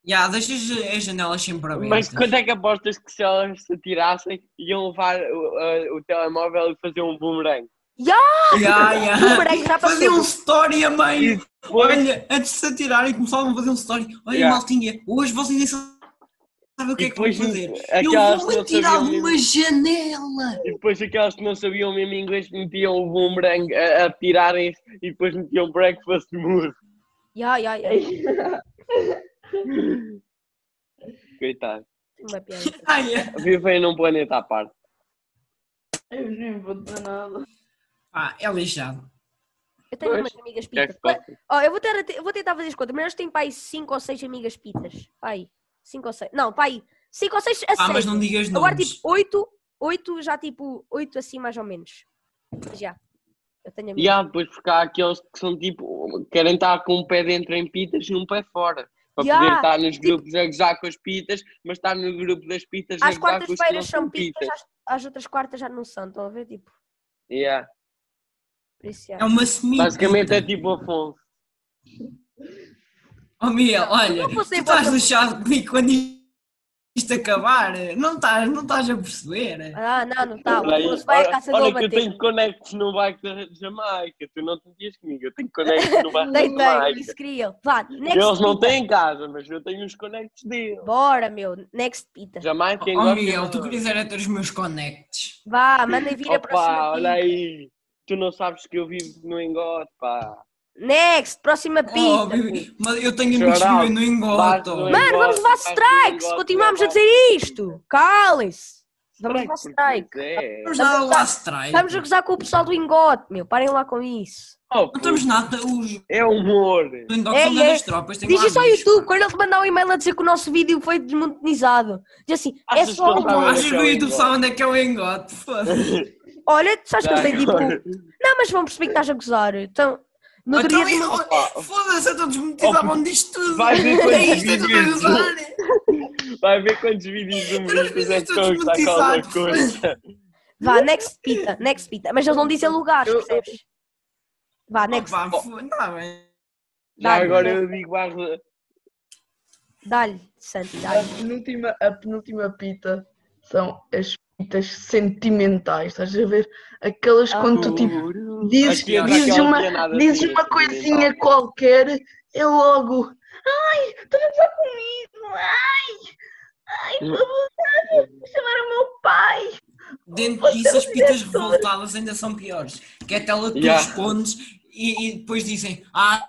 Speaker 1: Yeah, deixa as- as janelas sempre abertas.
Speaker 2: Mas quanto é que apostas que se elas se atirassem, iam levar o, a- o telemóvel e fazer um boomerang? é
Speaker 1: Yeah, yeah.
Speaker 3: Boomerang já passou.
Speaker 1: Fazia um story a meio.
Speaker 2: Pois,
Speaker 1: Olha, antes de se atirarem, começavam a fazer um story. Olha,
Speaker 2: Yeah.
Speaker 1: maltinha, hoje vocês nem sabem o que
Speaker 2: E
Speaker 1: é que vão
Speaker 2: depois,
Speaker 1: fazer.
Speaker 2: aquelas
Speaker 1: Eu
Speaker 2: que
Speaker 1: vou
Speaker 2: não
Speaker 1: atirar
Speaker 2: sabiam
Speaker 1: de uma
Speaker 2: mesmo.
Speaker 1: janela.
Speaker 2: E depois aquelas que não sabiam mesmo inglês metiam o boomerang a, a tirarem-se e depois metiam breakfast no muro.
Speaker 3: Ya, ya, ya.
Speaker 2: Coitado.
Speaker 3: Tem uma piada.
Speaker 1: Ah, yeah.
Speaker 2: Vivem num planeta à parte.
Speaker 4: Eu nem vou dizer nada.
Speaker 1: Ah, é lixado.
Speaker 3: Eu tenho
Speaker 2: Pois.
Speaker 3: umas amigas
Speaker 2: O que é que
Speaker 3: pitas.
Speaker 2: se passa?
Speaker 3: Ó, eu vou, ter, eu vou tentar fazer as contas, mas eles têm pai 5 ou 6 amigas pitas. Pai, 5 ou 6. Não, pai, 5 ou 6 a
Speaker 1: Ah, mas
Speaker 3: sério.
Speaker 1: não digas nomes.
Speaker 3: Agora tipo 8, 8 já tipo 8 assim mais ou menos. Já. Eu tenho
Speaker 2: E
Speaker 3: amigas.
Speaker 2: há depois porque há aqueles que são tipo, querem estar com um pé dentro em pitas e um pé fora. Para
Speaker 3: Ya,
Speaker 2: poder estar nos
Speaker 3: tipo-
Speaker 2: grupos a gozar com as pitas, mas estar no grupo das pitas a
Speaker 3: Às
Speaker 2: gozar com os que não
Speaker 3: quartas-feiras
Speaker 2: são
Speaker 3: são
Speaker 2: pitas.
Speaker 3: pitas, às, às outras quartas já não são, estão a ver? Tipo,
Speaker 2: Ya.
Speaker 3: por isso já.
Speaker 1: É uma semita.
Speaker 2: Basicamente é tipo Afonso.
Speaker 1: Oh, Miguel, olha,
Speaker 3: Eu não
Speaker 1: tu
Speaker 3: fosse
Speaker 1: estás
Speaker 3: embora.
Speaker 1: lixado comigo quando isto acabar. Não estás, não estás a perceber.
Speaker 3: Ah, não, não está.
Speaker 2: Olha aí,
Speaker 3: O vai à
Speaker 2: olha,
Speaker 3: caça do
Speaker 2: olha que eu
Speaker 3: bater.
Speaker 2: tenho conectos no bairro da Jamaica. Tu não te metias comigo, eu tenho conectos no bairro da
Speaker 3: Tem, tem,
Speaker 2: Jamaica.
Speaker 3: isso queria ele. Vá, next
Speaker 2: Eles não
Speaker 3: pita.
Speaker 2: têm casa, mas eu tenho os conectos deles.
Speaker 3: Bora, meu, next pita.
Speaker 2: Jamaica quem
Speaker 1: Oh,
Speaker 2: gosta
Speaker 1: Miguel,
Speaker 2: de-
Speaker 1: tu querias era ter os meus connects.
Speaker 3: Vá, mandem vir a
Speaker 2: Opa,
Speaker 3: próxima
Speaker 2: olha
Speaker 3: pita.
Speaker 2: aí. Tu não sabes que eu vivo no engote, pá.
Speaker 3: Next, próxima pita.
Speaker 1: Oh, Miguel, mas eu tenho amigos que
Speaker 2: Chorar.
Speaker 1: vivem no engoto.
Speaker 2: Basta no
Speaker 3: Mano,
Speaker 2: engote,
Speaker 3: vamos levar
Speaker 2: basta no
Speaker 3: strikes!
Speaker 2: engote,
Speaker 3: Continuamos a
Speaker 2: basta-
Speaker 3: dizer isto! Calem-se! Vamos levar
Speaker 2: Strike,
Speaker 3: strike!
Speaker 2: porque é.
Speaker 1: Vamos dar lá strike.
Speaker 3: Estamos a gozar com o pessoal do Ingote, meu, parem lá com isso!
Speaker 2: Oh,
Speaker 1: Não estamos nada. Os
Speaker 2: É humor.
Speaker 1: do engoto
Speaker 3: É,
Speaker 1: são
Speaker 3: é.
Speaker 1: das tropas. têm
Speaker 3: Diz
Speaker 1: lá
Speaker 3: isso ao
Speaker 1: amigos,
Speaker 3: YouTube,
Speaker 1: pá.
Speaker 3: quando ele te mandar um e-mail a dizer que o nosso vídeo foi desmonetizado. Diz assim, é
Speaker 2: Achas
Speaker 3: só
Speaker 2: que ele
Speaker 3: rumor.
Speaker 2: estava-
Speaker 1: Achas que o YouTube sabe onde é que é o engote? Foda-se.
Speaker 3: Olha, tu sabes que eu tenho tipo.
Speaker 2: Agora-
Speaker 3: Não, mas vão perceber que estás a gozar. Então, no outro dia.
Speaker 1: Então,
Speaker 3: de-
Speaker 1: eu- Foda-se, eu estou desmetido
Speaker 2: Opa.
Speaker 1: à mão disto tudo.
Speaker 2: Vai ver quantos
Speaker 1: É isto, eu estou a
Speaker 2: vídeos.
Speaker 1: usar.
Speaker 2: Vai ver quantos vídeos do
Speaker 1: Eu não
Speaker 2: mundo
Speaker 1: fiz
Speaker 2: é
Speaker 1: isto
Speaker 2: que estão a gozar com
Speaker 1: desmonetizado.
Speaker 2: coisa.
Speaker 3: Vá, next pita, next pita. Mas eles não dizem lugares, percebes?
Speaker 1: Oh,
Speaker 3: Vá, next.
Speaker 1: Opa, foda-se, tá bem.
Speaker 2: Já
Speaker 3: Dá-lhe,
Speaker 2: agora
Speaker 3: né?
Speaker 2: eu digo barra.
Speaker 3: Dá-lhe, Santi,
Speaker 4: A
Speaker 3: dá-lhe.
Speaker 4: penúltima, a penúltima pita são as pitas sentimentais. Estás a ver? Aquelas
Speaker 3: Ah.
Speaker 4: quando tu tipo
Speaker 2: é
Speaker 4: dizes,
Speaker 1: Aqui entra
Speaker 4: dizes
Speaker 1: aquela
Speaker 4: uma, dizes uma coisinha qualquer, é logo Ai, estão a gozar comigo! Ai! Ai, por favor, vou chamar o meu pai!
Speaker 1: Dentro disso, as pitas revoltadas ainda são piores. Que é aquela que tu
Speaker 2: Yeah.
Speaker 1: respondes e, e depois dizem: Ah,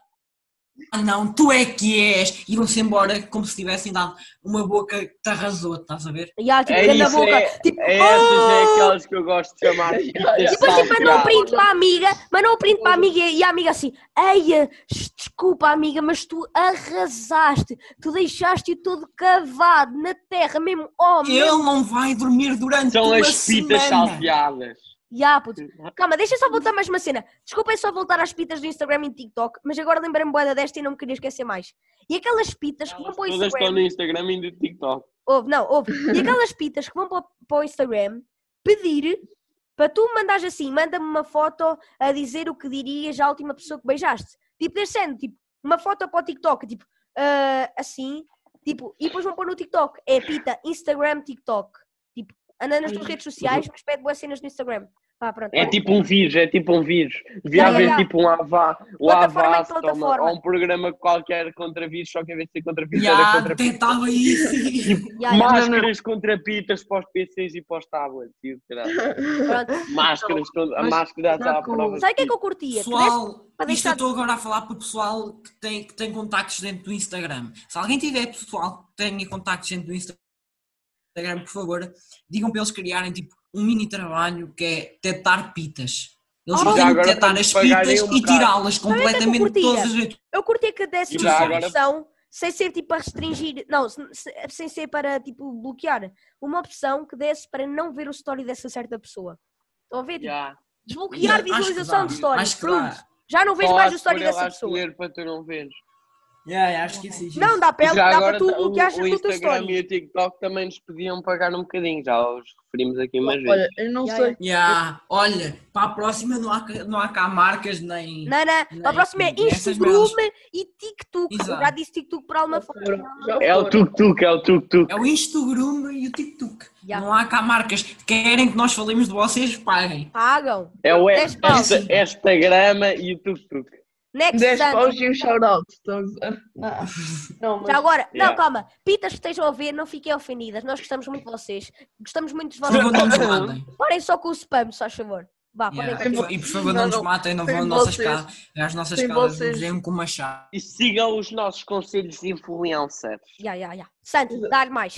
Speaker 1: não, tu é que és. E vão-se embora como se tivessem dado uma boca que te arrasou, estás a ver?
Speaker 3: Ya, tipo,
Speaker 2: É
Speaker 3: grande
Speaker 2: isso,
Speaker 3: boca.
Speaker 2: é-
Speaker 3: tipo,
Speaker 2: É essas é
Speaker 3: "Oh!"
Speaker 2: aquelas que eu gosto de chamar de pitas
Speaker 4: E
Speaker 3: Depois tipo, mandou o
Speaker 2: salgadas.
Speaker 3: print para a amiga, mandou o print para a amiga e a amiga assim, Eia, desculpa amiga, mas tu arrasaste, tu deixaste-o todo cavado na terra, mesmo homem.
Speaker 1: Ele não vai dormir durante
Speaker 2: São
Speaker 1: uma
Speaker 2: as pitas
Speaker 1: semana.
Speaker 2: salteadas.
Speaker 3: Ya, puto. Calma, deixa só voltar mais uma cena. Desculpem só voltar às pitas do Instagram e do TikTok, mas agora lembrei-me boa desta e não me queria esquecer mais. E aquelas pitas que vão para o
Speaker 2: Todas estão
Speaker 3: Instagram.
Speaker 2: no Instagram e no TikTok.
Speaker 3: Ouve, não, ouve. E aquelas pitas que vão para, o- para o Instagram pedir para tu me mandares assim, manda-me uma foto a dizer o que dirias à última pessoa que beijaste. Tipo, descendo, tipo, uma foto para o TikTok, tipo, ah, assim, tipo, e depois vão pôr no TikTok. É pita, Instagram, TikTok. Tipo, andando nas tuas redes sociais, mas pede boas cenas no Instagram. Pá, pronto.
Speaker 2: É
Speaker 3: vai.
Speaker 2: tipo um vírus, é tipo um vírus. Devia
Speaker 3: Ya,
Speaker 2: haver
Speaker 3: ya, ya.
Speaker 2: tipo um avá, o
Speaker 3: Plataforma
Speaker 2: avá
Speaker 3: de plataforma.
Speaker 2: ou um programa qualquer contra vírus, só que em vez de ser contra vírus era
Speaker 1: Já,
Speaker 2: contra
Speaker 1: até estava isso.
Speaker 3: Ya, ya.
Speaker 2: Máscaras contra pitas para os PCs e para os tablets. e o caralho.
Speaker 3: Pronto.
Speaker 2: Máscaras contra. A
Speaker 4: Mas
Speaker 2: máscara está
Speaker 4: já
Speaker 2: à
Speaker 4: com-
Speaker 2: prova.
Speaker 3: Sabe o que é que eu curtia? Que desse-
Speaker 1: Pessoal,
Speaker 3: para
Speaker 1: isto
Speaker 3: deixar-
Speaker 1: eu estou agora a falar para o pessoal que tem, que tem contactos dentro do Instagram. Se alguém tiver pessoal que tenha contactos dentro do Instagram, por favor, digam para eles criarem tipo um mini trabalho que é tetar pitas. Eles
Speaker 3: Oh,
Speaker 2: já
Speaker 1: têm que
Speaker 2: agora
Speaker 1: tetar
Speaker 2: tem
Speaker 1: as
Speaker 2: que pagarem
Speaker 1: pitas
Speaker 2: um
Speaker 1: e
Speaker 2: bocado.
Speaker 1: tirá-las
Speaker 3: que é que eu
Speaker 1: completamente de todas as
Speaker 3: curtia?
Speaker 1: redes.
Speaker 3: Eu curtia que desse
Speaker 2: E
Speaker 3: tipo
Speaker 1: já
Speaker 3: de
Speaker 1: agora-
Speaker 3: opção, sem ser tipo para restringir, não, se- se- sem ser para tipo bloquear, uma opção que desse para não ver o story dessa certa pessoa. Estão a ver? Tipo,
Speaker 2: Ya.
Speaker 3: Desbloquear
Speaker 1: Acho que
Speaker 3: visualização
Speaker 1: dá,
Speaker 3: de stories.
Speaker 1: acho que dá.
Speaker 3: Pronto. Já não vejo
Speaker 2: Só
Speaker 3: mais
Speaker 2: há
Speaker 3: o
Speaker 2: de
Speaker 3: story
Speaker 2: pôr ela
Speaker 3: dessa
Speaker 2: a
Speaker 3: pessoa.
Speaker 2: escolher para tu não veres.
Speaker 1: Yeah, acho que isso existe.
Speaker 3: Não, dá para, ela-
Speaker 2: Já
Speaker 3: dá
Speaker 2: agora
Speaker 3: para tu
Speaker 2: tá- o-
Speaker 3: bloqueares
Speaker 2: o
Speaker 3: as tuas
Speaker 2: Instagram e
Speaker 3: stories.
Speaker 2: o TikTok também nos podiam pagar um bocadinho, já os referimos aqui umas
Speaker 4: Olha,
Speaker 2: vezes.
Speaker 4: eu não
Speaker 3: Já,
Speaker 4: sei.
Speaker 3: já.
Speaker 1: Yeah, olha, para a próxima não há, cá- não há cá marcas nem.
Speaker 3: Não, não.
Speaker 1: Não,
Speaker 3: A próxima é
Speaker 1: não, essas
Speaker 3: Instagram e TikTok. Eu
Speaker 1: Exato.
Speaker 3: já disse TikTok por alguma forma.
Speaker 4: Já
Speaker 2: É o
Speaker 4: foram.
Speaker 2: tuk-tuk, é o tuk-tuk.
Speaker 1: É o Instagram e o TikTok.
Speaker 3: Já.
Speaker 1: Não há cá marcas. Querem que nós falemos de vocês? Paguem.
Speaker 3: Pagam.
Speaker 2: É o
Speaker 3: Dez paus.
Speaker 2: Instagram e o tuk-tuk.
Speaker 3: Next
Speaker 4: 10
Speaker 3: Sunday.
Speaker 4: paus e um shout-out. estão a gozar.
Speaker 3: Já
Speaker 4: Não, mas.
Speaker 3: agora, não,
Speaker 2: Yeah.
Speaker 3: calma, pitas que estejam a ver, não fiquem ofendidas, nós gostamos muito de vocês, gostamos muito de
Speaker 1: Por favor, não
Speaker 3: vocês.
Speaker 1: nos matem.
Speaker 3: Parem só com o spam, se faz favor. Vá, podem
Speaker 1: Yeah.
Speaker 4: Sem
Speaker 3: continuar.
Speaker 4: vo-
Speaker 1: E por favor,
Speaker 4: é não,
Speaker 1: não nos
Speaker 4: não.
Speaker 1: matem, não
Speaker 4: Sem
Speaker 1: vão às nossas
Speaker 4: vocês.
Speaker 1: casas. Às nossas
Speaker 4: Sem
Speaker 1: casas
Speaker 4: vocês.
Speaker 1: nos deem com uma chave.
Speaker 2: E sigam os nossos conselhos de influencers.
Speaker 3: Já, já, já. Santi, dá-lhe mais.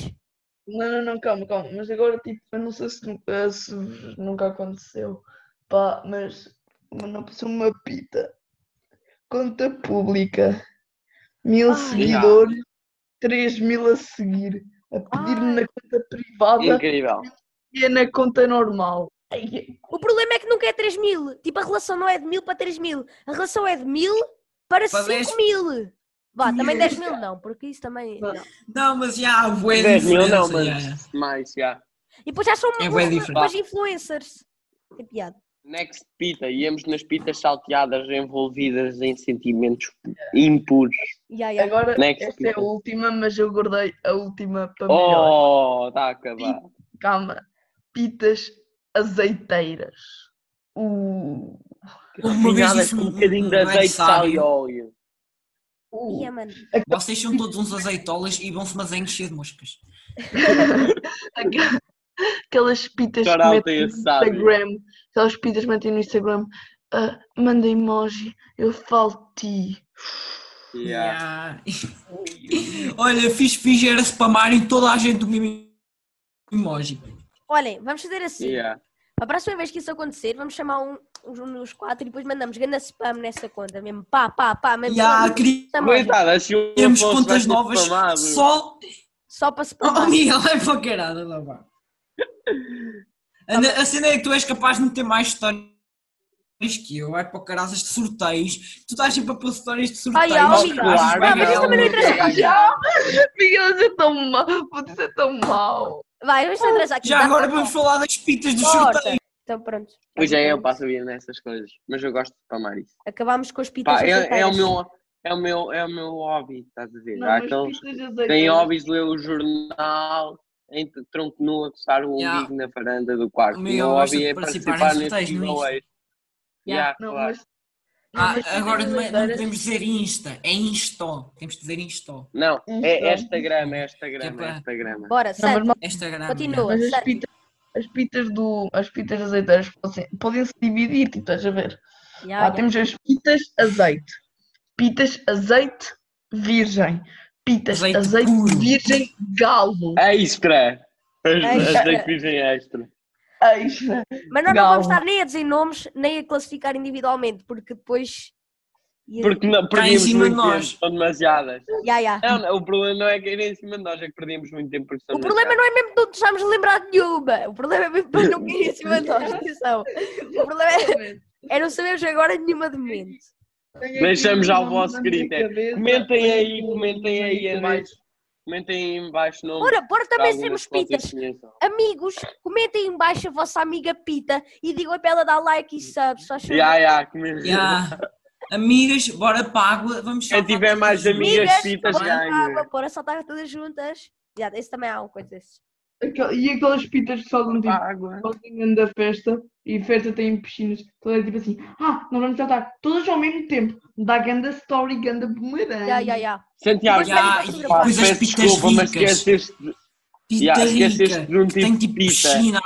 Speaker 4: Não, não, não, calma, calma. Mas agora, tipo, eu não sei se, nu- eh, se vos nunca aconteceu. Pá, mas não passou uma pita. Conta pública.
Speaker 1: Ah,
Speaker 4: Mil
Speaker 3: Ai.
Speaker 4: seguidores, 3 mil a seguir. A pedir-me na conta privada
Speaker 2: Incrível.
Speaker 4: e é na conta normal. Ai,
Speaker 3: O problema é que nunca é 3 mil. Tipo, a relação não é de mil para 3 mil. A relação é de mil para
Speaker 1: Para
Speaker 3: 5
Speaker 1: dez.
Speaker 3: mil. Vá, também 10 mil não, porque isso também.
Speaker 4: Não.
Speaker 3: não.
Speaker 1: Não, mas já há boa
Speaker 2: 10 mil não,
Speaker 1: diferença.
Speaker 2: mas
Speaker 1: já, já.
Speaker 2: mais, já.
Speaker 3: E depois já são
Speaker 1: É
Speaker 3: uns-
Speaker 1: bué diferente.
Speaker 3: umas influencers. É piada.
Speaker 2: Next pita, íamos nas pitas salteadas envolvidas em sentimentos impuros.
Speaker 3: Já, já.
Speaker 4: Agora,
Speaker 2: Next
Speaker 4: esta é a
Speaker 2: pita.
Speaker 4: última, mas eu guardei a última
Speaker 1: É
Speaker 4: para melhor.
Speaker 2: Oh, está a acabar.
Speaker 4: Calma. Pitas azeiteiras. Uh,
Speaker 1: Uma vez
Speaker 2: Refinadas
Speaker 1: disse
Speaker 2: com
Speaker 1: um-
Speaker 2: um bocadinho de
Speaker 1: um grande
Speaker 2: azeite, sal e
Speaker 1: sábio.
Speaker 2: óleo.
Speaker 4: uh.
Speaker 3: Ia, mano.
Speaker 1: Vocês são todos uns azeitolas e vão-se mas a encher de moscas.
Speaker 4: Aquela- Aquelas pitas que
Speaker 2: Shout out
Speaker 4: metem
Speaker 2: a
Speaker 4: no
Speaker 2: esse sábio.
Speaker 4: Instagram. Aquelas pitas que metem no Instagram. ah, manda emoji, eu falo ti.
Speaker 2: Yeah.
Speaker 1: Já. Olha, fiz fixe era spamarem toda a gente o mesmo emoji.
Speaker 3: Olhem, vamos fazer assim.
Speaker 2: Yeah.
Speaker 3: A próxima vez que isso acontecer, vamos chamar um, uns, uns quatro e depois mandamos ganda spam nessa conta mesmo. Pá, pá, pá, mesmo.
Speaker 1: Já, queria-
Speaker 3: Spam,
Speaker 2: Coitada, assim eu
Speaker 1: Temos
Speaker 2: fosse, vai
Speaker 1: contas
Speaker 2: ser
Speaker 1: novas
Speaker 2: spamado.
Speaker 1: só.
Speaker 3: Só para
Speaker 1: Oh,
Speaker 3: spamar.
Speaker 1: Miguel, é para caralho, não vá.
Speaker 2: Tá
Speaker 1: Anda- A cena é que tu és capaz de meter mais histórias que eu, vai para caralho de sorteios. Tu estás sempre a pôr histórias de sorteios.
Speaker 3: Ai, ó,
Speaker 1: Achas
Speaker 3: Miguel,
Speaker 1: bem,
Speaker 3: mas isso
Speaker 1: Miguel,
Speaker 3: também não interessa.
Speaker 2: Ganhar.
Speaker 4: Miguel, isso é tão mau. Puto, isso é tão mau.
Speaker 3: Vai, vamos atrasar aqui.
Speaker 1: Já
Speaker 3: Dá
Speaker 1: agora
Speaker 3: para-
Speaker 1: vamos falar das pitas dos
Speaker 3: Corta.
Speaker 1: sorteios.
Speaker 3: Então pronto.
Speaker 2: Pois é, eu passo a vida nessas coisas, mas eu gosto de spamar isso.
Speaker 3: Acabámos com as pitas.
Speaker 2: Pá, é, é o
Speaker 3: aceitáveis.
Speaker 2: meu, é, o meu, é o meu hobby, estás a ver?
Speaker 4: Não,
Speaker 2: Há
Speaker 4: mas
Speaker 2: aqueles
Speaker 4: pitas
Speaker 2: que
Speaker 4: azeiteiras-
Speaker 2: têm hobbies de ler o jornal em t- tronco nu a coçar o
Speaker 1: Yeah.
Speaker 2: umbigo na varanda do quarto.
Speaker 1: O
Speaker 2: O
Speaker 1: Miguel
Speaker 2: meu
Speaker 1: gosta
Speaker 2: hobby
Speaker 1: de
Speaker 2: é
Speaker 1: participar em
Speaker 2: participar
Speaker 1: sorteios,
Speaker 2: nestes
Speaker 1: não é
Speaker 2: giveaways.
Speaker 3: Yeah.
Speaker 2: Yeah,
Speaker 4: Não,
Speaker 2: claro.
Speaker 4: mas
Speaker 1: Ah,
Speaker 4: mas também
Speaker 1: agora não, é- não
Speaker 4: agora-
Speaker 1: podemos dizer Insta, é Instó. Temos de dizer Instó.
Speaker 2: Não, é
Speaker 3: um
Speaker 4: Então.
Speaker 2: Instagram, é Instagram,
Speaker 1: Epá.
Speaker 2: é Instagram.
Speaker 3: Bora,
Speaker 4: Não,
Speaker 3: Sandro.
Speaker 4: mas mal-
Speaker 1: É Instagram.
Speaker 3: Continua.
Speaker 4: mas as
Speaker 3: sério.
Speaker 4: pitas, as pitas do. As pitas azeiteiras podem, podem se dividir, tipo, estás a ver?
Speaker 3: Ya,
Speaker 4: Lá
Speaker 3: ya.
Speaker 4: temos as pitas azeite. Pitas azeite virgem. Pitas
Speaker 1: Azeite
Speaker 4: azeite,
Speaker 1: puro.
Speaker 4: virgem galo.
Speaker 2: É Extra! As,
Speaker 3: É Extra.
Speaker 2: as da que dizem extra.
Speaker 4: Extra.
Speaker 3: Mas nós não
Speaker 4: Galo.
Speaker 3: vamos estar nem a dizer nomes, nem a classificar individualmente, porque depois. ia-
Speaker 2: Porque não, perdíamos
Speaker 1: cima de
Speaker 2: muito
Speaker 1: nós.
Speaker 2: tempo, são demasiadas.
Speaker 3: Ya, ya.
Speaker 2: Não, não, o problema não é que era em cima de nós, é que perdímos muito tempo por
Speaker 3: O problema não é mesmo que não deixámos de lembrar de nenhuma. O problema é mesmo depois não cair em cima de nós. Atenção. O problema é, é não sabermos agora nenhuma de momento.
Speaker 2: Deixamos
Speaker 3: um
Speaker 2: ao vosso critério. Comentem aí, comentem aí, é
Speaker 4: Mais.
Speaker 2: nisso. Comentem aí em baixo não.
Speaker 3: Bora, bora também sermos pitas. Amigos, comentem em baixo a vossa amiga Pita e digam para ela dar like e sub. Só chama.
Speaker 2: Ya, ya, comentem.
Speaker 1: Ya. Amigas, bora para a água, vamos
Speaker 2: Quem
Speaker 1: salvar
Speaker 2: tiver
Speaker 1: todas
Speaker 2: mais
Speaker 1: as
Speaker 2: amigas,
Speaker 1: amigas.
Speaker 2: pitas,
Speaker 3: bora
Speaker 2: ganha.
Speaker 3: para água, bora saltar todas juntas. Já, esse também há uma coisa desses.
Speaker 4: Aquel- E aquelas pitas que soltam tipo,
Speaker 2: Água.
Speaker 4: sozinho da festa e festa tem piscinas. Toda tipo assim, ah, nós vamos tratar todas ao mesmo tempo. Dá ganda story, ganda bumerangue.
Speaker 3: Já, já, já.
Speaker 2: Santiago,
Speaker 3: Depois
Speaker 1: Ya,
Speaker 3: Mas
Speaker 1: e
Speaker 3: pá,
Speaker 1: depois as
Speaker 2: peço
Speaker 1: pitas
Speaker 2: desculpa, mas
Speaker 1: ricas.
Speaker 2: esqueceste
Speaker 1: Pita
Speaker 2: Ya,
Speaker 1: rica,
Speaker 2: esqueceste de um
Speaker 1: que tem
Speaker 2: tipo
Speaker 1: tipo
Speaker 2: de pita.
Speaker 1: piscina.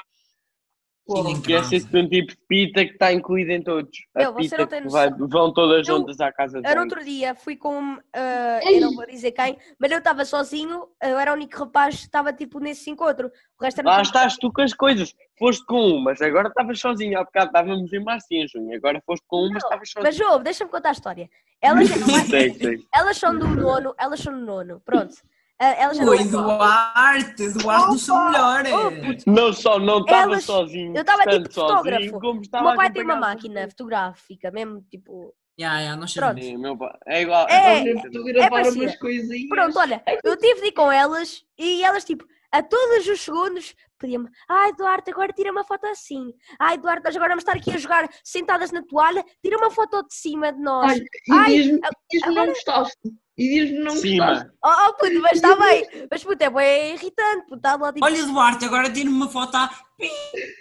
Speaker 4: Pô,
Speaker 1: Piscina em casa.
Speaker 2: esqueceste de um tipo de pita que está incluído em todos. A
Speaker 3: Meu, você
Speaker 2: pita
Speaker 3: não tem
Speaker 2: que vai- vão todas
Speaker 3: Eu-
Speaker 2: juntas à casa de
Speaker 3: Era
Speaker 2: banho.
Speaker 3: outro dia, fui com. ah, eu não vou dizer quem, mas eu estava sozinho, eu era o único rapaz que estava tipo nesse encontro. O resto era.
Speaker 2: Lá estás tu com as coisas. Foste com umas, agora estavas sozinho. Há bocado estávamos em março e em junho. Agora foste com umas, estavas sozinho.
Speaker 3: Mas, João, deixa-me contar a história. Elas, já não-
Speaker 2: Sei, sei.
Speaker 3: elas são do nono, elas são do nono, pronto. Ah, elas já não-
Speaker 1: Oi, Duarte, Duarte, do seu melhor.
Speaker 3: Oh,
Speaker 1: é.
Speaker 3: puto,
Speaker 2: Não só não estava
Speaker 3: Elas-
Speaker 2: sozinho.
Speaker 3: eu estava
Speaker 2: tanto
Speaker 3: tipo
Speaker 2: sozinho,
Speaker 3: fotógrafo.
Speaker 2: como
Speaker 3: O
Speaker 2: estava
Speaker 3: meu
Speaker 2: a
Speaker 3: pai tem uma
Speaker 2: acompanhar-
Speaker 3: máquina fotográfica, mesmo tipo.
Speaker 1: Ya, ya, nós
Speaker 3: Pronto.
Speaker 1: sabemos.
Speaker 2: Sim, meu pai. É igual.
Speaker 3: É,
Speaker 4: Nós temos de gravar
Speaker 3: parecida.
Speaker 4: umas coisinhas.
Speaker 3: Pronto, olha, eu tive de ir com elas e elas, tipo, a todos os segundos pediam-me: Ai, Duarte, agora tira uma foto assim. Ai, Duarte, nós agora vamos estar aqui a jogar sentadas na toalha, tira uma foto de cima de nós.
Speaker 4: Ai,
Speaker 3: Ai,
Speaker 4: e diz-me
Speaker 3: a-
Speaker 4: diz não gostaste. E diz-me não gostaste.
Speaker 2: Cima.
Speaker 3: Oh, oh, puto, mas está bem. Mas puto, é bem irritante, puto, está lá tipo.
Speaker 1: Olha, Duarte, agora tira-me uma foto Ah, à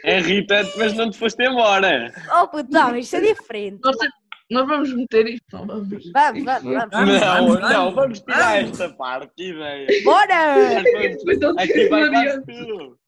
Speaker 2: É irritante, mas não te foste embora.
Speaker 3: Oh, puto, não, isto é diferente.
Speaker 4: Nós, te- nós vamos meter isto. Não, vamos.
Speaker 3: Vamos, vamos, vamos.
Speaker 1: Vamos,
Speaker 2: não,
Speaker 1: vamos,
Speaker 2: não,
Speaker 1: vamos.
Speaker 2: vamos tirar
Speaker 1: Vamos.
Speaker 2: esta parte. Que ideia.
Speaker 3: Bora!
Speaker 4: Depois eu
Speaker 2: Aqui vai
Speaker 4: não
Speaker 2: quase
Speaker 4: adianta.
Speaker 2: tudo.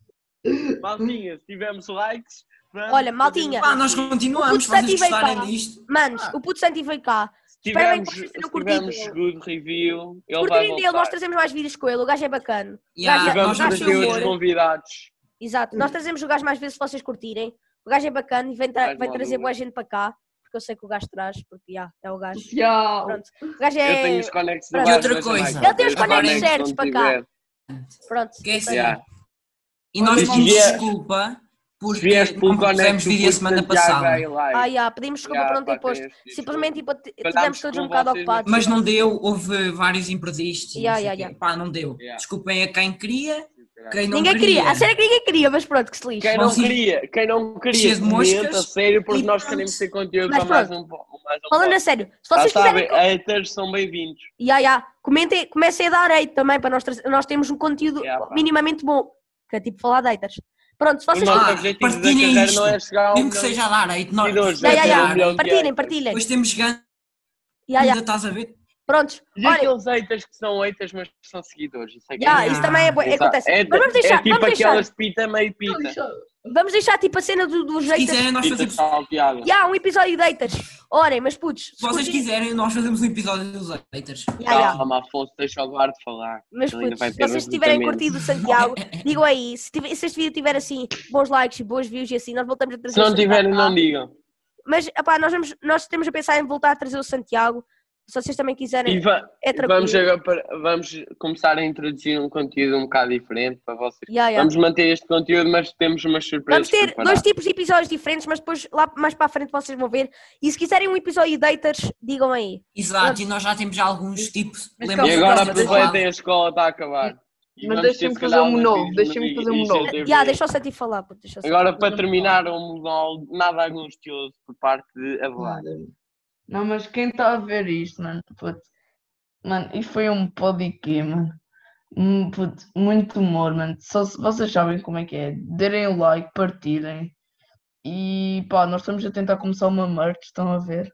Speaker 2: Maltinha, se tivermos likes. vamos-
Speaker 3: Olha, maltinha.
Speaker 1: Pá, Ah, nós continuamos,
Speaker 3: O puto
Speaker 1: vocês
Speaker 3: desativei,
Speaker 1: gostarem
Speaker 3: pá.
Speaker 1: disto.
Speaker 3: Manos, o puto Santi veio cá.
Speaker 2: Se
Speaker 3: Esperem
Speaker 2: tivermos,
Speaker 3: que vocês tenham
Speaker 2: se tivermos
Speaker 3: curtido.
Speaker 2: good review, ele vai
Speaker 3: Curtirem dele,
Speaker 2: voltar.
Speaker 3: nós trazemos mais vídeos com ele, o gajo é bacana.
Speaker 1: Ya,
Speaker 3: Gajo,
Speaker 1: nós
Speaker 2: Vamos
Speaker 1: vamos
Speaker 3: gajo é
Speaker 2: trazer
Speaker 3: um
Speaker 2: outros
Speaker 3: amor.
Speaker 1: fazer.
Speaker 2: convidados.
Speaker 1: Hum.
Speaker 3: Exato, nós trazemos o gajo mais vezes se vocês curtirem. O gajo é bacana e vem, tra-
Speaker 2: Mais
Speaker 3: vai
Speaker 2: uma
Speaker 3: trazer
Speaker 2: dúvida.
Speaker 3: boa gente para cá, porque eu sei que o gajo traz, porque já, é o gajo.
Speaker 4: Tchau.
Speaker 3: Pronto. O gajo
Speaker 2: Eu tenho
Speaker 3: é.
Speaker 2: os conectos
Speaker 3: E
Speaker 2: baixo,
Speaker 1: outra
Speaker 2: mas
Speaker 1: coisa.
Speaker 2: também.
Speaker 1: Ele
Speaker 3: tem os
Speaker 2: Agora
Speaker 1: conectos
Speaker 2: é que
Speaker 3: certos
Speaker 2: se
Speaker 3: para
Speaker 2: não
Speaker 3: cá.
Speaker 2: tiver.
Speaker 3: Pronto.
Speaker 1: Que é assim.
Speaker 2: Yeah.
Speaker 1: E nós
Speaker 2: Se
Speaker 1: pedimos
Speaker 2: vier-
Speaker 1: desculpa
Speaker 2: Se
Speaker 1: porque
Speaker 2: vieste
Speaker 1: não
Speaker 2: pelo
Speaker 1: pusemos
Speaker 2: conecto,
Speaker 1: vídeo a
Speaker 2: fui
Speaker 1: semana
Speaker 2: Santiago, é um vai
Speaker 1: passada.
Speaker 2: lá.
Speaker 3: Ah, já, pedimos desculpa
Speaker 2: Já,
Speaker 3: por não ter
Speaker 2: pá,
Speaker 3: posto.
Speaker 2: tens de-
Speaker 3: Simplesmente tipo,
Speaker 2: Falhámos
Speaker 3: estivemos todos
Speaker 2: com
Speaker 3: um bocado
Speaker 2: vocês,
Speaker 3: ocupados.
Speaker 1: Mas não deu, houve vários imprevistos. e não
Speaker 3: Ya,
Speaker 1: sei
Speaker 3: ya,
Speaker 1: o quê.
Speaker 3: ya.
Speaker 1: Pá, não deu.
Speaker 2: Ya.
Speaker 1: Desculpem a quem queria, quem não
Speaker 3: Ninguém
Speaker 1: queria.
Speaker 3: queria, a sério é que ninguém queria, mas pronto, que se lixe.
Speaker 2: Quem não
Speaker 1: Vocês-
Speaker 2: queria, quem não queria,
Speaker 1: Vocês moscas
Speaker 2: comenta a sério, porque
Speaker 1: e
Speaker 2: nós
Speaker 1: pronto.
Speaker 2: queremos ter conteúdo
Speaker 3: Mas
Speaker 2: para mais um po- mais um
Speaker 3: Falando a
Speaker 2: podcast.
Speaker 3: sério, se
Speaker 2: Já
Speaker 3: vocês quiserem.
Speaker 2: sabem, haters são bem-vindos.
Speaker 3: Ya, ya. Comentem, comecem a dar hate também, para nós, tra- nós termos um conteúdo
Speaker 2: Ya, pá.
Speaker 3: minimamente bom, que é tipo falar de haters. Pronto, se
Speaker 2: O
Speaker 3: vocês
Speaker 1: nós-
Speaker 2: nosso
Speaker 1: Ah,
Speaker 2: objetivo da
Speaker 1: partilhem
Speaker 2: carreira
Speaker 1: isto.
Speaker 2: não é chegar ao
Speaker 1: Mesmo que
Speaker 2: milhão.
Speaker 1: seja a dar aí, nós.
Speaker 2: Seguidores,
Speaker 3: Ya, ya,
Speaker 2: ter um
Speaker 3: ya.
Speaker 2: milhão de
Speaker 3: Partilhem,
Speaker 2: haters.
Speaker 3: partilhem.
Speaker 1: Depois temos ganho,
Speaker 3: Ya, ya.
Speaker 1: ainda estás a ver?
Speaker 3: Prontos,
Speaker 2: E
Speaker 3: olha,
Speaker 2: aqueles haters que são haters, mas que são seguidores. Isso é que
Speaker 3: ya,
Speaker 1: Ya.
Speaker 3: isso também é, bo-
Speaker 2: é-
Speaker 3: acontece.
Speaker 2: É,
Speaker 3: Mas vamos
Speaker 2: é
Speaker 3: deixar,
Speaker 2: tipo
Speaker 3: vamos, deixar
Speaker 2: aquelas pita meio pita.
Speaker 4: é-
Speaker 3: vamos deixar tipo a cena do- dos
Speaker 1: Se
Speaker 3: haters.
Speaker 1: quiserem, nós
Speaker 2: Pita
Speaker 1: fazemos.
Speaker 2: salteada.
Speaker 3: Ya, um episódio de haters. Orem, mas putos,
Speaker 1: Se vocês quiserem, nós fazemos um episódio dos haters.
Speaker 3: Ya, ya.
Speaker 2: Calma, Afonso, deixa o Eduardo falar.
Speaker 3: Mas
Speaker 2: Ele ainda
Speaker 3: putos,
Speaker 2: vai
Speaker 3: se
Speaker 2: ter
Speaker 3: vocês
Speaker 2: uns
Speaker 3: tiverem
Speaker 2: votamentos.
Speaker 3: curtido o Santiago, digam aí, se, tiver- se este vídeo tiver assim, bons likes e boas views e assim, nós voltamos a trazer
Speaker 2: Se
Speaker 3: o
Speaker 2: não
Speaker 3: Santiago
Speaker 2: tiverem,
Speaker 3: cá.
Speaker 2: não digam.
Speaker 3: Mas, epá, nós, vamos, nós temos a pensar em voltar a trazer o Santiago. Se vocês também quiserem,
Speaker 2: E va-
Speaker 3: é tranquilo.
Speaker 2: vamos, agora para- vamos começar a introduzir um conteúdo um bocado diferente para vocês.
Speaker 3: Ya, ya.
Speaker 2: Vamos manter este conteúdo, mas temos umas surpresas.
Speaker 3: É. Vamos ter dois
Speaker 2: preparadas.
Speaker 3: tipos de episódios diferentes, mas depois lá mais para a frente vocês vão ver. E se quiserem um episódio de haters, digam aí.
Speaker 1: Exato, e nós já temos alguns tipos.
Speaker 4: Mas
Speaker 1: lembra-se
Speaker 2: E
Speaker 1: do
Speaker 2: agora
Speaker 1: nosso
Speaker 4: Calma,
Speaker 1: episódio.
Speaker 2: aproveitem a escola está a acabar. E
Speaker 4: Mas
Speaker 2: vamos
Speaker 4: deixa-me
Speaker 2: ter, se calhar,
Speaker 4: fazer um
Speaker 2: umas
Speaker 4: novo,
Speaker 2: vídeos
Speaker 4: deixa-me
Speaker 2: no
Speaker 4: fazer um
Speaker 2: I-
Speaker 4: novo.
Speaker 2: IGTV.
Speaker 3: Já, deixa o Santi falar. puto, deixa o Santi.
Speaker 2: Agora, para terminar, um monólogo nada angustioso por parte de Avelar.
Speaker 4: Não, mas quem está a ver isto, mano, puto. Mano, isto foi um podiquê, mano. Hum, puto, muito humor, mano. Só se- vocês sabem como é que é. Derem o like, partilhem. E pá, nós estamos a tentar começar uma merch, estão a ver?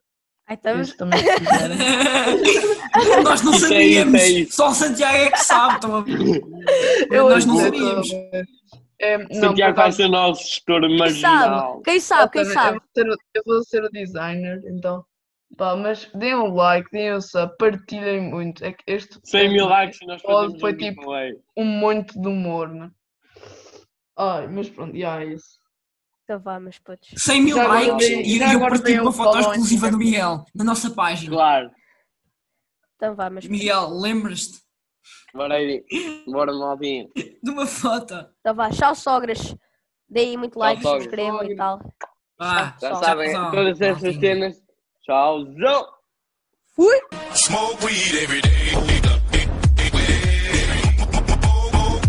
Speaker 3: Ai, estamos...
Speaker 4: Isso também é né? se fizeram.
Speaker 1: Nós não
Speaker 2: Isso é isso, é
Speaker 1: sabíamos.
Speaker 2: isso.
Speaker 1: Só o Santiago é que sabe. estão a ver? Nós não
Speaker 4: adoro.
Speaker 1: sabíamos.
Speaker 4: É, não, por
Speaker 2: Santiago vai
Speaker 4: acaso,
Speaker 2: ser nosso gestor
Speaker 3: Quem
Speaker 2: marginal.
Speaker 3: sabe? Quem sabe? Ah, Quem sabe?
Speaker 4: exatamente, Eu vou, ser, o- eu vou ser o designer, então. Pá, mas deem um like, deem um sub, partilhem muito. É que este
Speaker 2: 100 mil likes e nós
Speaker 4: Pode,
Speaker 2: fazemos
Speaker 4: foi
Speaker 2: um
Speaker 4: tipo-
Speaker 2: giveaway.
Speaker 4: um monte de humor, né? Ai, mas pronto, já é isso.
Speaker 3: Então vá, meus putos.
Speaker 1: 100 mil
Speaker 4: Já
Speaker 1: likes
Speaker 4: guardei-
Speaker 1: e
Speaker 4: já
Speaker 1: eu
Speaker 4: guardei
Speaker 1: parti uma
Speaker 4: um
Speaker 1: foto
Speaker 4: balão
Speaker 1: exclusiva
Speaker 4: em
Speaker 1: do Miguel na nossa página.
Speaker 2: Claro.
Speaker 3: Então vá, meus putos.
Speaker 1: Miguel, lembras-te
Speaker 2: Bora aí. Bora, Malvinho.
Speaker 1: de uma foto?
Speaker 3: Então vá, tchau, sogras. Deem muito like,
Speaker 2: sogras.
Speaker 3: subscrevam e tal.
Speaker 1: Vá.
Speaker 2: Já
Speaker 3: Tchau,
Speaker 2: sabem,
Speaker 1: tchau.
Speaker 2: todas essas
Speaker 1: Malvinho.
Speaker 2: cenas. Tchauzão!
Speaker 5: Smoke weed every day.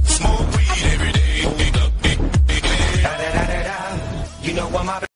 Speaker 5: Smoke weed every day. Da, da, da, da, da. You know I'm